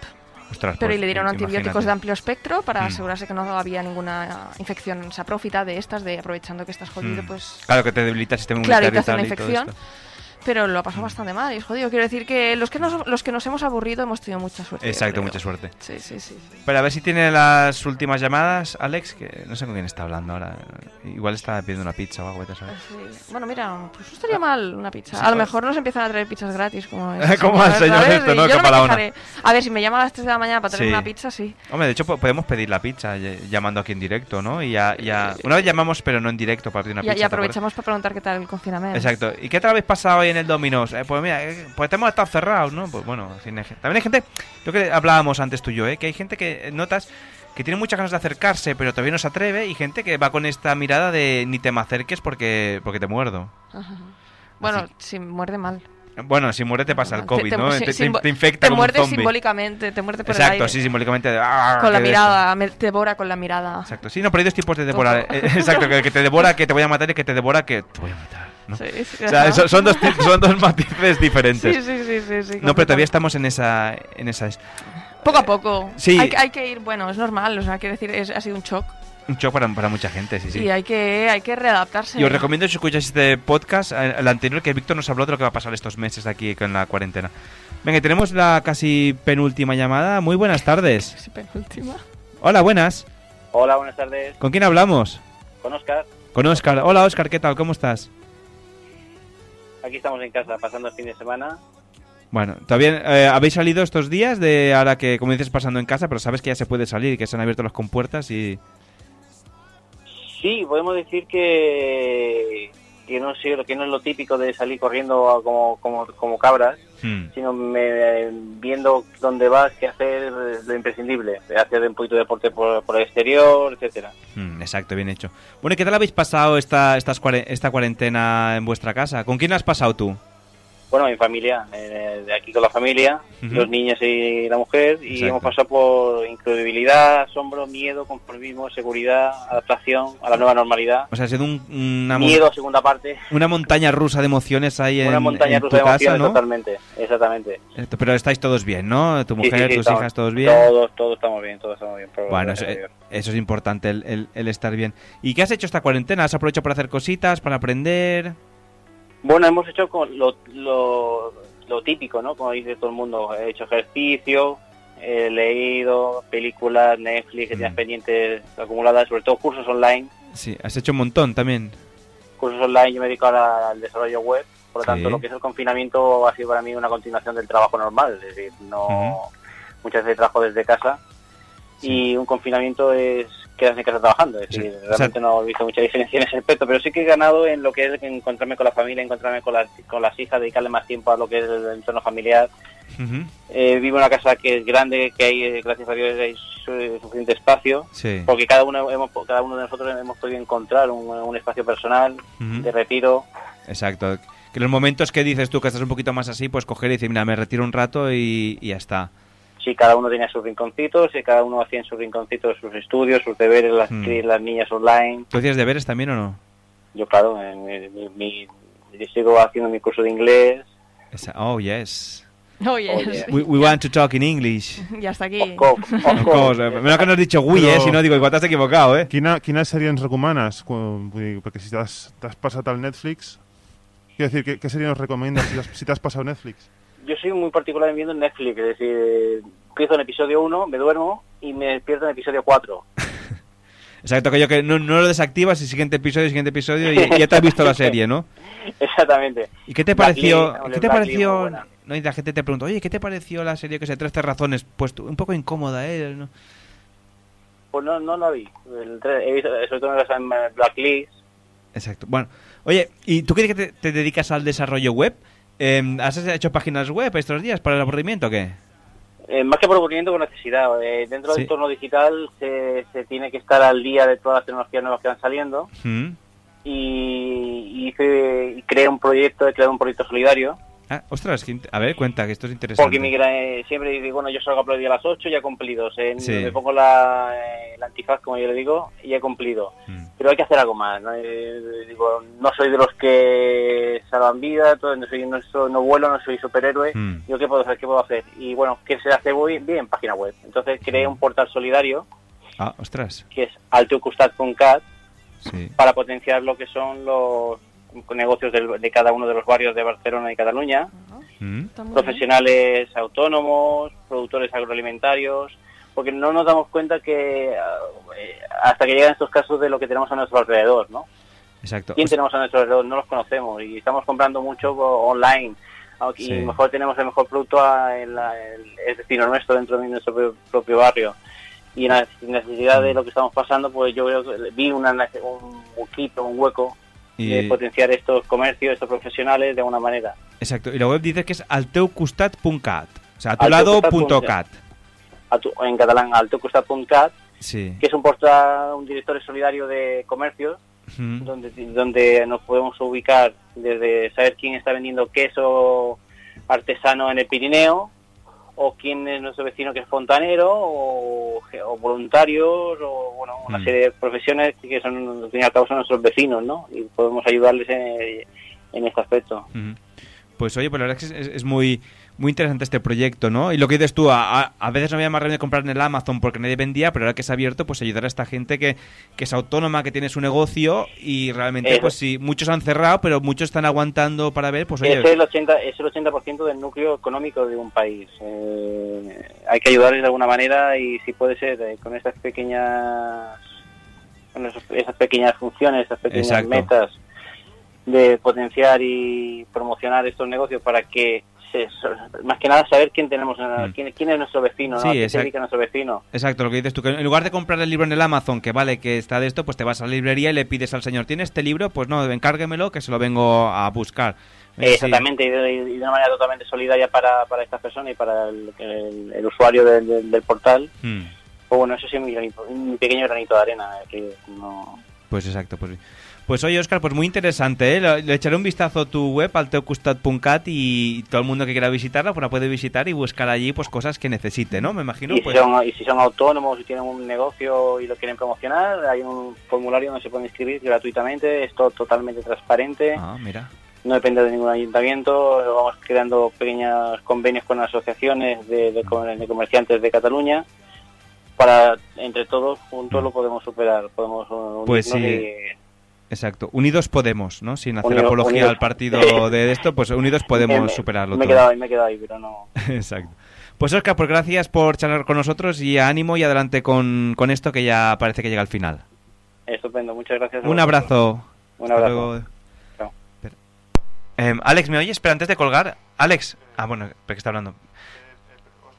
S2: Ostras,
S3: pero
S2: pues,
S3: y le dieron
S2: imagínate.
S3: antibióticos de amplio espectro para
S2: Mm.
S3: asegurarse que no había ninguna infección saprófita de estas, de aprovechando que estás jodido,
S2: Mm.
S3: pues
S2: Claro, que te debilita el sistema
S3: claro,
S2: inmunitario
S3: y te hace
S2: tal
S3: una
S2: y todo
S3: infección.
S2: esto. Hmm.
S3: Pero lo ha pasado bastante mal y es jodido. Quiero decir que los que nos, los que nos hemos aburrido hemos tenido mucha suerte. yo
S2: Exacto,
S3: creo.
S2: mucha suerte.
S3: pues, Sí, sí, sí.
S2: Pero a ver si tiene las últimas llamadas, Alex, que no sé con quién está hablando ahora. Igual está pidiendo una pizza o algo, vete a saber.
S3: Sí. Bueno, mira, pues no estaría mal una pizza.
S2: Pues Ah. Sí,
S3: a lo
S2: pues.
S3: mejor nos empiezan a traer pizzas gratis.
S2: [LAUGHS]
S3: Como el
S2: Como al señor
S3: ¿sabes?
S2: este,
S3: Y
S2: ¿no?
S3: yo
S2: Que
S3: me
S2: para una.
S3: quejaré. A ver, si me llama a las 3 de la mañana para traer
S2: Sí.
S3: una pizza, sí.
S2: Hombre, de hecho po- podemos pedir la pizza ll- llamando aquí en directo, ¿no? Y ya, ya- Una vez llamamos, pero no en directo para pedir una
S3: Eh, Y, y
S2: pizza. ¿te acuerdas?
S3: aprovechamos para preguntar qué tal el confinamiento.
S2: Exacto. ¿Y qué tal habéis pasado hoy en el Dominos? Eh, pues mira, eh, pues hemos estado cerrados, ¿no? Pues bueno, sin ej- también hay gente, lo que hablábamos antes tú y yo, ¿eh? que hay gente que eh, notas que tiene muchas ganas de acercarse, pero todavía no se atreve, y gente que va con esta mirada de ni te me acerques porque, porque te muerdo.
S3: Ajá. Bueno, si muerde mal.
S2: Bueno, si mueres te pasa el
S3: Te-
S2: COVID,
S3: te-
S2: ¿no?
S3: sí,
S2: Te, te-
S3: simbo-
S2: te
S3: te
S2: infecta como un
S3: muerde
S2: zombie.
S3: simbólicamente, te muerde por el
S2: Exacto,
S3: aire.
S2: sí, simbólicamente. de, "Ah,
S3: Con la
S2: qué de
S3: mirada, me devora con la mirada.
S2: esto". Exacto, sí, no, pero hay dos tipos de devorar. Eh, Exacto, que el que te devora, que te voy a matar, y el que te devora, que te voy a matar. ¿no?
S3: Sí, sí,
S2: O sea,
S3: ajá.
S2: son, son dos, tip- son dos matices diferentes.
S3: Sí, sí, sí, sí, sí,
S2: No,
S3: completamente.
S2: pero todavía estamos en esa. En esa
S3: Poco a poco.
S2: Sí.
S3: Hay, que- hay que ir, bueno, es normal, o sea, quiero decir, es, ha sido un shock.
S2: un shock para, para mucha gente, sí, sí.
S3: Y hay que, hay que readaptarse.
S2: Y os recomiendo si escucháis este podcast, eh, el anterior, que Víctor nos habló de lo que va a pasar estos meses aquí con la cuarentena. Venga, y tenemos la casi penúltima llamada. Muy buenas tardes.
S3: Penúltima.
S2: Hola, buenas.
S17: Hola, buenas tardes.
S2: ¿Con quién hablamos?
S17: Con Oscar.
S2: Con Oscar. Hola, Oscar, ¿qué tal? ¿Cómo estás?
S17: Aquí estamos en casa pasando el fin de semana.
S2: Bueno, todavía eh, habéis salido estos días de ahora que, como dices, pasando en casa, pero sabes que ya se puede salir, que se han abierto las compuertas y...
S17: Sí, podemos decir que, que, no, sé, que no es lo típico de salir corriendo a- como, como, como cabras,
S2: Mm.
S17: sino me- viendo dónde vas, qué hacer, lo imprescindible. Hacer un poquito de deporte por, por el exterior, etcétera.
S2: Mm, exacto, bien hecho. Bueno, ¿y qué tal habéis pasado esta, estas cuare- esta cuarentena en vuestra casa? ¿Con quién la has pasado tú?
S17: Bueno, mi familia, eh, de aquí con la familia,
S2: Ujú.
S17: los niños y la mujer, y
S2: Exacto.
S17: hemos pasado por incredibilidad, asombro, miedo, conformismo, seguridad, adaptación a la nueva normalidad,
S2: O sea, ha sido un- una, mon-
S17: miedo, segunda parte,
S2: una montaña rusa de emociones ahí en,
S17: una montaña
S2: en tu
S17: rusa de
S2: casa,
S17: emociones,
S2: ¿no?
S17: totalmente, exactamente.
S2: Esto- Pero estáis todos bien, ¿no? Tu
S17: Sí, sí,
S2: mujer,
S17: sí,
S2: tus
S17: estamos-
S2: hijas, todos bien.
S17: Todos, todos estamos bien, todos estamos bien. eh, por-
S2: Bueno, eso, eh,
S17: gracias a Dios.
S2: eso es importante, el, el- el estar bien. ¿Y qué has hecho esta cuarentena? ¿Has aprovechado para hacer cositas, para aprender?
S17: Bueno, hemos hecho con lo, lo, lo típico, ¿no? Como dice todo el mundo, he hecho ejercicio, he leído películas, Netflix, que
S2: Mm.
S17: tienes pendientes acumuladas, sobre todo cursos online.
S2: Sí, has hecho un montón también.
S17: Cursos online, yo me dedico ahora al desarrollo web, por lo tanto,
S2: Sí.
S17: lo que es el confinamiento ha sido para mí una continuación del trabajo normal, es decir, no
S2: Mm.
S17: muchas veces trabajo desde casa y un confinamiento es quedarse en casa trabajando, es decir,
S2: o sea-
S17: realmente no he visto mucha diferencia en ese aspecto, pero sí que he ganado en lo que es encontrarme con la familia, encontrarme con las, con las hijas, dedicarle más tiempo a lo que es el entorno familiar.
S2: Ujú.
S17: Eh, vivo en una casa que es grande, que hay, eh, gracias a Dios, hay su- eh, suficiente espacio,
S2: Sí.
S17: porque cada uno, hemos, cada uno de nosotros hemos podido encontrar un, un espacio personal
S2: Ujú.
S17: de retiro.
S2: Exacto. Que los momentos que dices tú que estás un poquito más así, pues coger y decir, mira, me retiro un rato y, y ya está.
S17: si cada uno tenía sus rinconcitos, si cada uno hacía en sus rinconcitos sus estudios, sus deberes, las,
S2: Mm.
S17: cri- las niñas online.
S2: ¿Tú hacías deberes también o no?
S17: Yo, claro, en mi- mi- mi- yo sigo haciendo mi curso de inglés.
S2: Esa- oh, yes.
S3: Oye, [LAUGHS]
S2: We, we want to talk in English.
S3: ya está aquí.
S2: Of course. Menos que no has dicho we, eh, si no digo, igual te has equivocado, eh.
S4: Quina, quines serien recomanes? Quan- vull dir, Perquè si t'has t'has passat al Netflix... Quiero decir, ¿qué, qué serie nos recomiendas si t'has- si t'has pasado Netflix?
S17: Yo soy muy particular en viendo Netflix, es decir, eh, empiezo en episodio 1, me duermo y me despierto en episodio 4.
S2: Exacto, aquello que no, no lo desactivas y siguiente episodio, siguiente episodio y, y ya te has visto la serie, ¿no?
S17: [LAUGHS] Exactamente.
S2: ¿Y qué te
S17: Black
S2: pareció?
S17: Lee,
S2: ¿Qué te
S17: Black Lee, muy
S2: pareció?
S17: buena.
S2: No, y la gente te pregunta, oye, ¿qué te pareció la serie que se 13 razones? Pues tú, un poco incómoda, ¿eh? ¿no?
S17: Pues no, no la vi. El tre- he visto- sobre todo las en Blacklist.
S2: Exacto. Bueno, oye, ¿y tú crees que te, te dedicas al desarrollo web? Eh, ¿Has hecho páginas web estos días para el aburrimiento o qué?
S17: Eh, más que por aburrimiento, por necesidad. Eh, dentro
S2: Sí.
S17: del entorno digital se, se tiene que estar al día de todas las tecnologías nuevas que van saliendo.
S2: Mm.
S17: y, y hice- y creé un proyecto, he creado un proyecto solidario
S2: Ah, ostras, que int- a ver, cuenta, que esto es interesante.
S17: Porque mi gran- eh, siempre dice, bueno, yo salgo a aplaudir a las 8 y he cumplido. Se-
S2: Sí.
S17: Me pongo la, eh, el antifaz, como yo le digo, y he cumplido.
S2: Mm.
S17: Pero hay que hacer algo más. ¿no? Eh, digo, no soy de los que salvan vida, todo- no, soy, no, soy- no vuelo, no soy superhéroe.
S2: Mm.
S17: Yo, ¿qué puedo hacer? ¿Qué puedo hacer? Y bueno, ¿qué se hace muy bien? Página web. Entonces creé un portal solidario,
S2: Ah, ostras.
S17: que es altucustad.cat,
S2: Sí.
S17: para potenciar lo que son los negocios del- de cada uno de los barrios de Barcelona y Cataluña profesionales autónomos, productores agroalimentarios, porque no nos damos cuenta que ah, eh, hasta que llegan estos casos de lo que tenemos a nuestro alrededor, ¿no?
S2: Exacto.
S17: ¿Quién tenemos a nuestro alrededor? No los conocemos y estamos comprando mucho o- online. ah, Y
S2: Sí.
S17: mejor tenemos el mejor producto a- en la- el- es destino nuestro dentro de nuestro pro- propio barrio. Y en la necesidad de lo que estamos pasando, pues yo creo que vi una, nece- un buquito, un hueco
S2: Y-
S17: de potenciar estos comercios, estos profesionales de alguna manera.
S2: Exacto. Y la web dice que es alteucustat.cat. O sea, a tu lado punto cat.
S17: A tu- en catalán, altocostat.cat,
S2: Sí.
S17: que es un portal, un directorio solidario de comercios,
S2: Mm.
S17: donde, donde nos podemos ubicar desde saber quién está vendiendo queso artesano en el Pirineo, o quién es nuestro vecino que es fontanero, o, ge- o voluntarios, o bueno, una
S2: Mm.
S17: serie de profesiones que son, al fin y al cabo, son nuestros vecinos, ¿no? Y podemos ayudarles en, en este aspecto.
S2: Ujú. Pues oye, pues la verdad es que es, es muy, muy interesante este proyecto, ¿no? Y lo que dices tú, a, a- a veces no había más remedio que comprar en el Amazon porque nadie vendía, pero ahora que se ha abierto, pues ayudar a esta gente que, que es autónoma, que tiene su negocio y realmente,
S17: Eso.
S2: pues sí, muchos han cerrado, pero muchos están aguantando para ver, pues oye...
S17: Ese es el 80, es el 80% del núcleo económico de un país. Eh, hay que ayudarles de alguna manera y si puede ser eh, con esas pequeñas con esos- esas pequeñas funciones, esas pequeñas
S2: Exacto.
S17: metas de potenciar y promocionar estos negocios para que se- so- más que nada saber quién tenemos en- quién, quién es nuestro vecino, ¿no?
S2: Mm. Sí,
S17: ¿A qué se
S2: exacto.
S17: dedica nuestro vecino.
S2: Exacto, lo que dices tú, que en lugar de comprar el libro en el Amazon, que vale, que está de esto, pues te vas a la librería y le pides al señor, ¿tiene este libro? Pues no, encárguemelo, que se lo vengo a buscar. Eh, sí.
S17: Exactamente, y de, y de una manera totalmente solidaria para, para estas personas y para el, el- el usuario del- del- del portal.
S2: Mm.
S17: Pues bueno, eso sí, mi, granito- mi pequeño granito de arena. eh, que no-
S2: Pues exacto, pues Pues oye, Oscar, pues muy interesante, ¿eh? Le- Le echaré un vistazo a tu web, al teocustad.cat, y todo el mundo que quiera visitarla, pues la puede visitar y buscar allí pues cosas que necesite, ¿no? Me imagino,
S17: y,
S2: pues...
S17: si son, y si son autónomos y tienen un negocio y lo quieren promocionar, hay un formulario donde se pueden inscribir gratuitamente, es todo totalmente transparente,
S2: Ah, mira.
S17: no depende de ningún ayuntamiento, vamos creando pequeños convenios con asociaciones de, de comer- de comerciantes de Cataluña. Para entre todos juntos lo podemos superar, podemos unirnos
S2: Mm. Pues sí,
S17: y-
S2: Exacto. Unidos podemos, ¿no? Sin hacer
S17: Unido-
S2: apología
S17: unidos.
S2: al
S17: [LAUGHS]
S2: partido de esto, pues unidos podemos
S17: me-
S2: superarlo
S17: me he
S2: todo.
S17: quedado ahí, me he quedado ahí, pero no.
S2: [LAUGHS] Exacto. Pues Oscar, pues gracias por charlar con nosotros y ánimo y adelante con, con esto que ya parece que llega al final.
S17: Estupendo, muchas gracias. a
S2: Un
S17: vosotros.
S2: abrazo.
S17: Un
S2: Hasta
S17: abrazo.
S2: luego.
S17: Chao.
S2: Espera. Em, Alex, ¿me oyes? Espera, antes de colgar. Alex. Ah, bueno, pero que está hablando.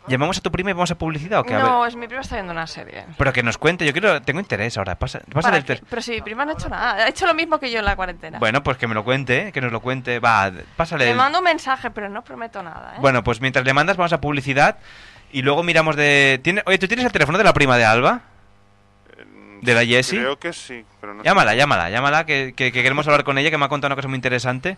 S2: ¿Llamamos a tu prima y vamos a publicidad o qué? A
S3: No,
S2: ver.
S3: es mi prima está viendo una serie.
S2: Pero que nos cuente, yo quiero, tengo interés ahora. Pasa, pasa
S3: ¿Para
S2: del
S3: qué?
S2: ter-
S3: Pero si mi prima no ha hecho nada, ha hecho lo mismo que yo en la cuarentena.
S2: Bueno, pues que me lo cuente, ¿eh? que nos lo cuente. Va, pásale.
S3: Le
S2: el-
S3: mando un mensaje, pero no prometo nada, ¿eh?
S2: Bueno, pues mientras le mandas vamos a publicidad y luego miramos de... ¿Tiene... Oye, ¿tú tienes el teléfono de la prima de Alba? ¿De la Jessie?
S4: Creo que sí, pero no sé.
S2: Llámala, llámala, llámala, que, que- que queremos hablar con ella, que me ha contado una cosa muy interesante.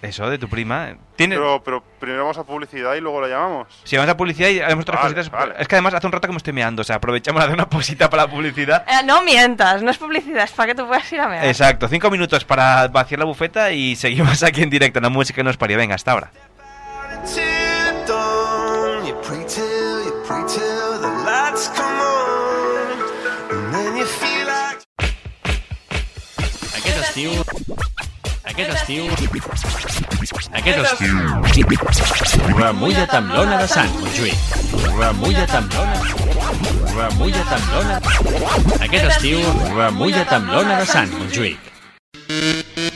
S2: Eso, de tu prima. Tiene...
S4: Pero, pero primero vamos a publicidad y luego la llamamos.
S2: Si vamos a publicidad y haremos otras
S4: Vale,
S2: cositas...
S4: vale.
S2: Es que además hace un rato que me estoy meando, o sea, aprovechamos a hacer una pausita para la publicidad.
S3: Eh, no mientas, no es publicidad, es para que tú puedas ir a mear.
S2: Exacto, cinco minutos para vaciar la bufeta y seguimos aquí en directo, en la música que nos parió. Venga, hasta ahora.
S18: till dawn. You pray till, you pray till the lights come on. And then you feel like.
S19: Aquest estiu... Aquest estiu... Aquest estiu... Remulla't amb l'ona de Sant Montjuïc. Remulla't amb l'ona... Remulla't amb l'ona... Aquest estiu... Remulla't amb l'ona de Sant Montjuïc.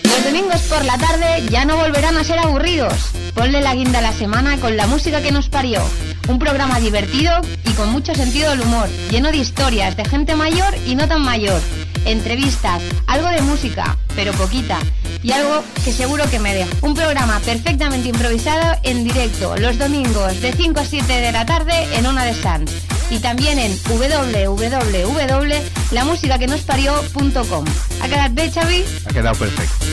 S20: Los domingos por la tarde ya no volverán a ser aburridos. Ponle la guinda a la semana con la música que nos parió. Un programa divertido y con mucho sentido del humor, lleno de historias de gente mayor y no tan mayor. Entrevistas, algo de música, pero poquita. Y algo que seguro que me dejo. Un programa perfectamente improvisado en directo los domingos de 5 a 7 de la tarde en Ona de Sanz. Y también en www.lamusicaquenosparió.com. ¿Ha quedado bé, Xavi?
S21: Ha quedado perfecto.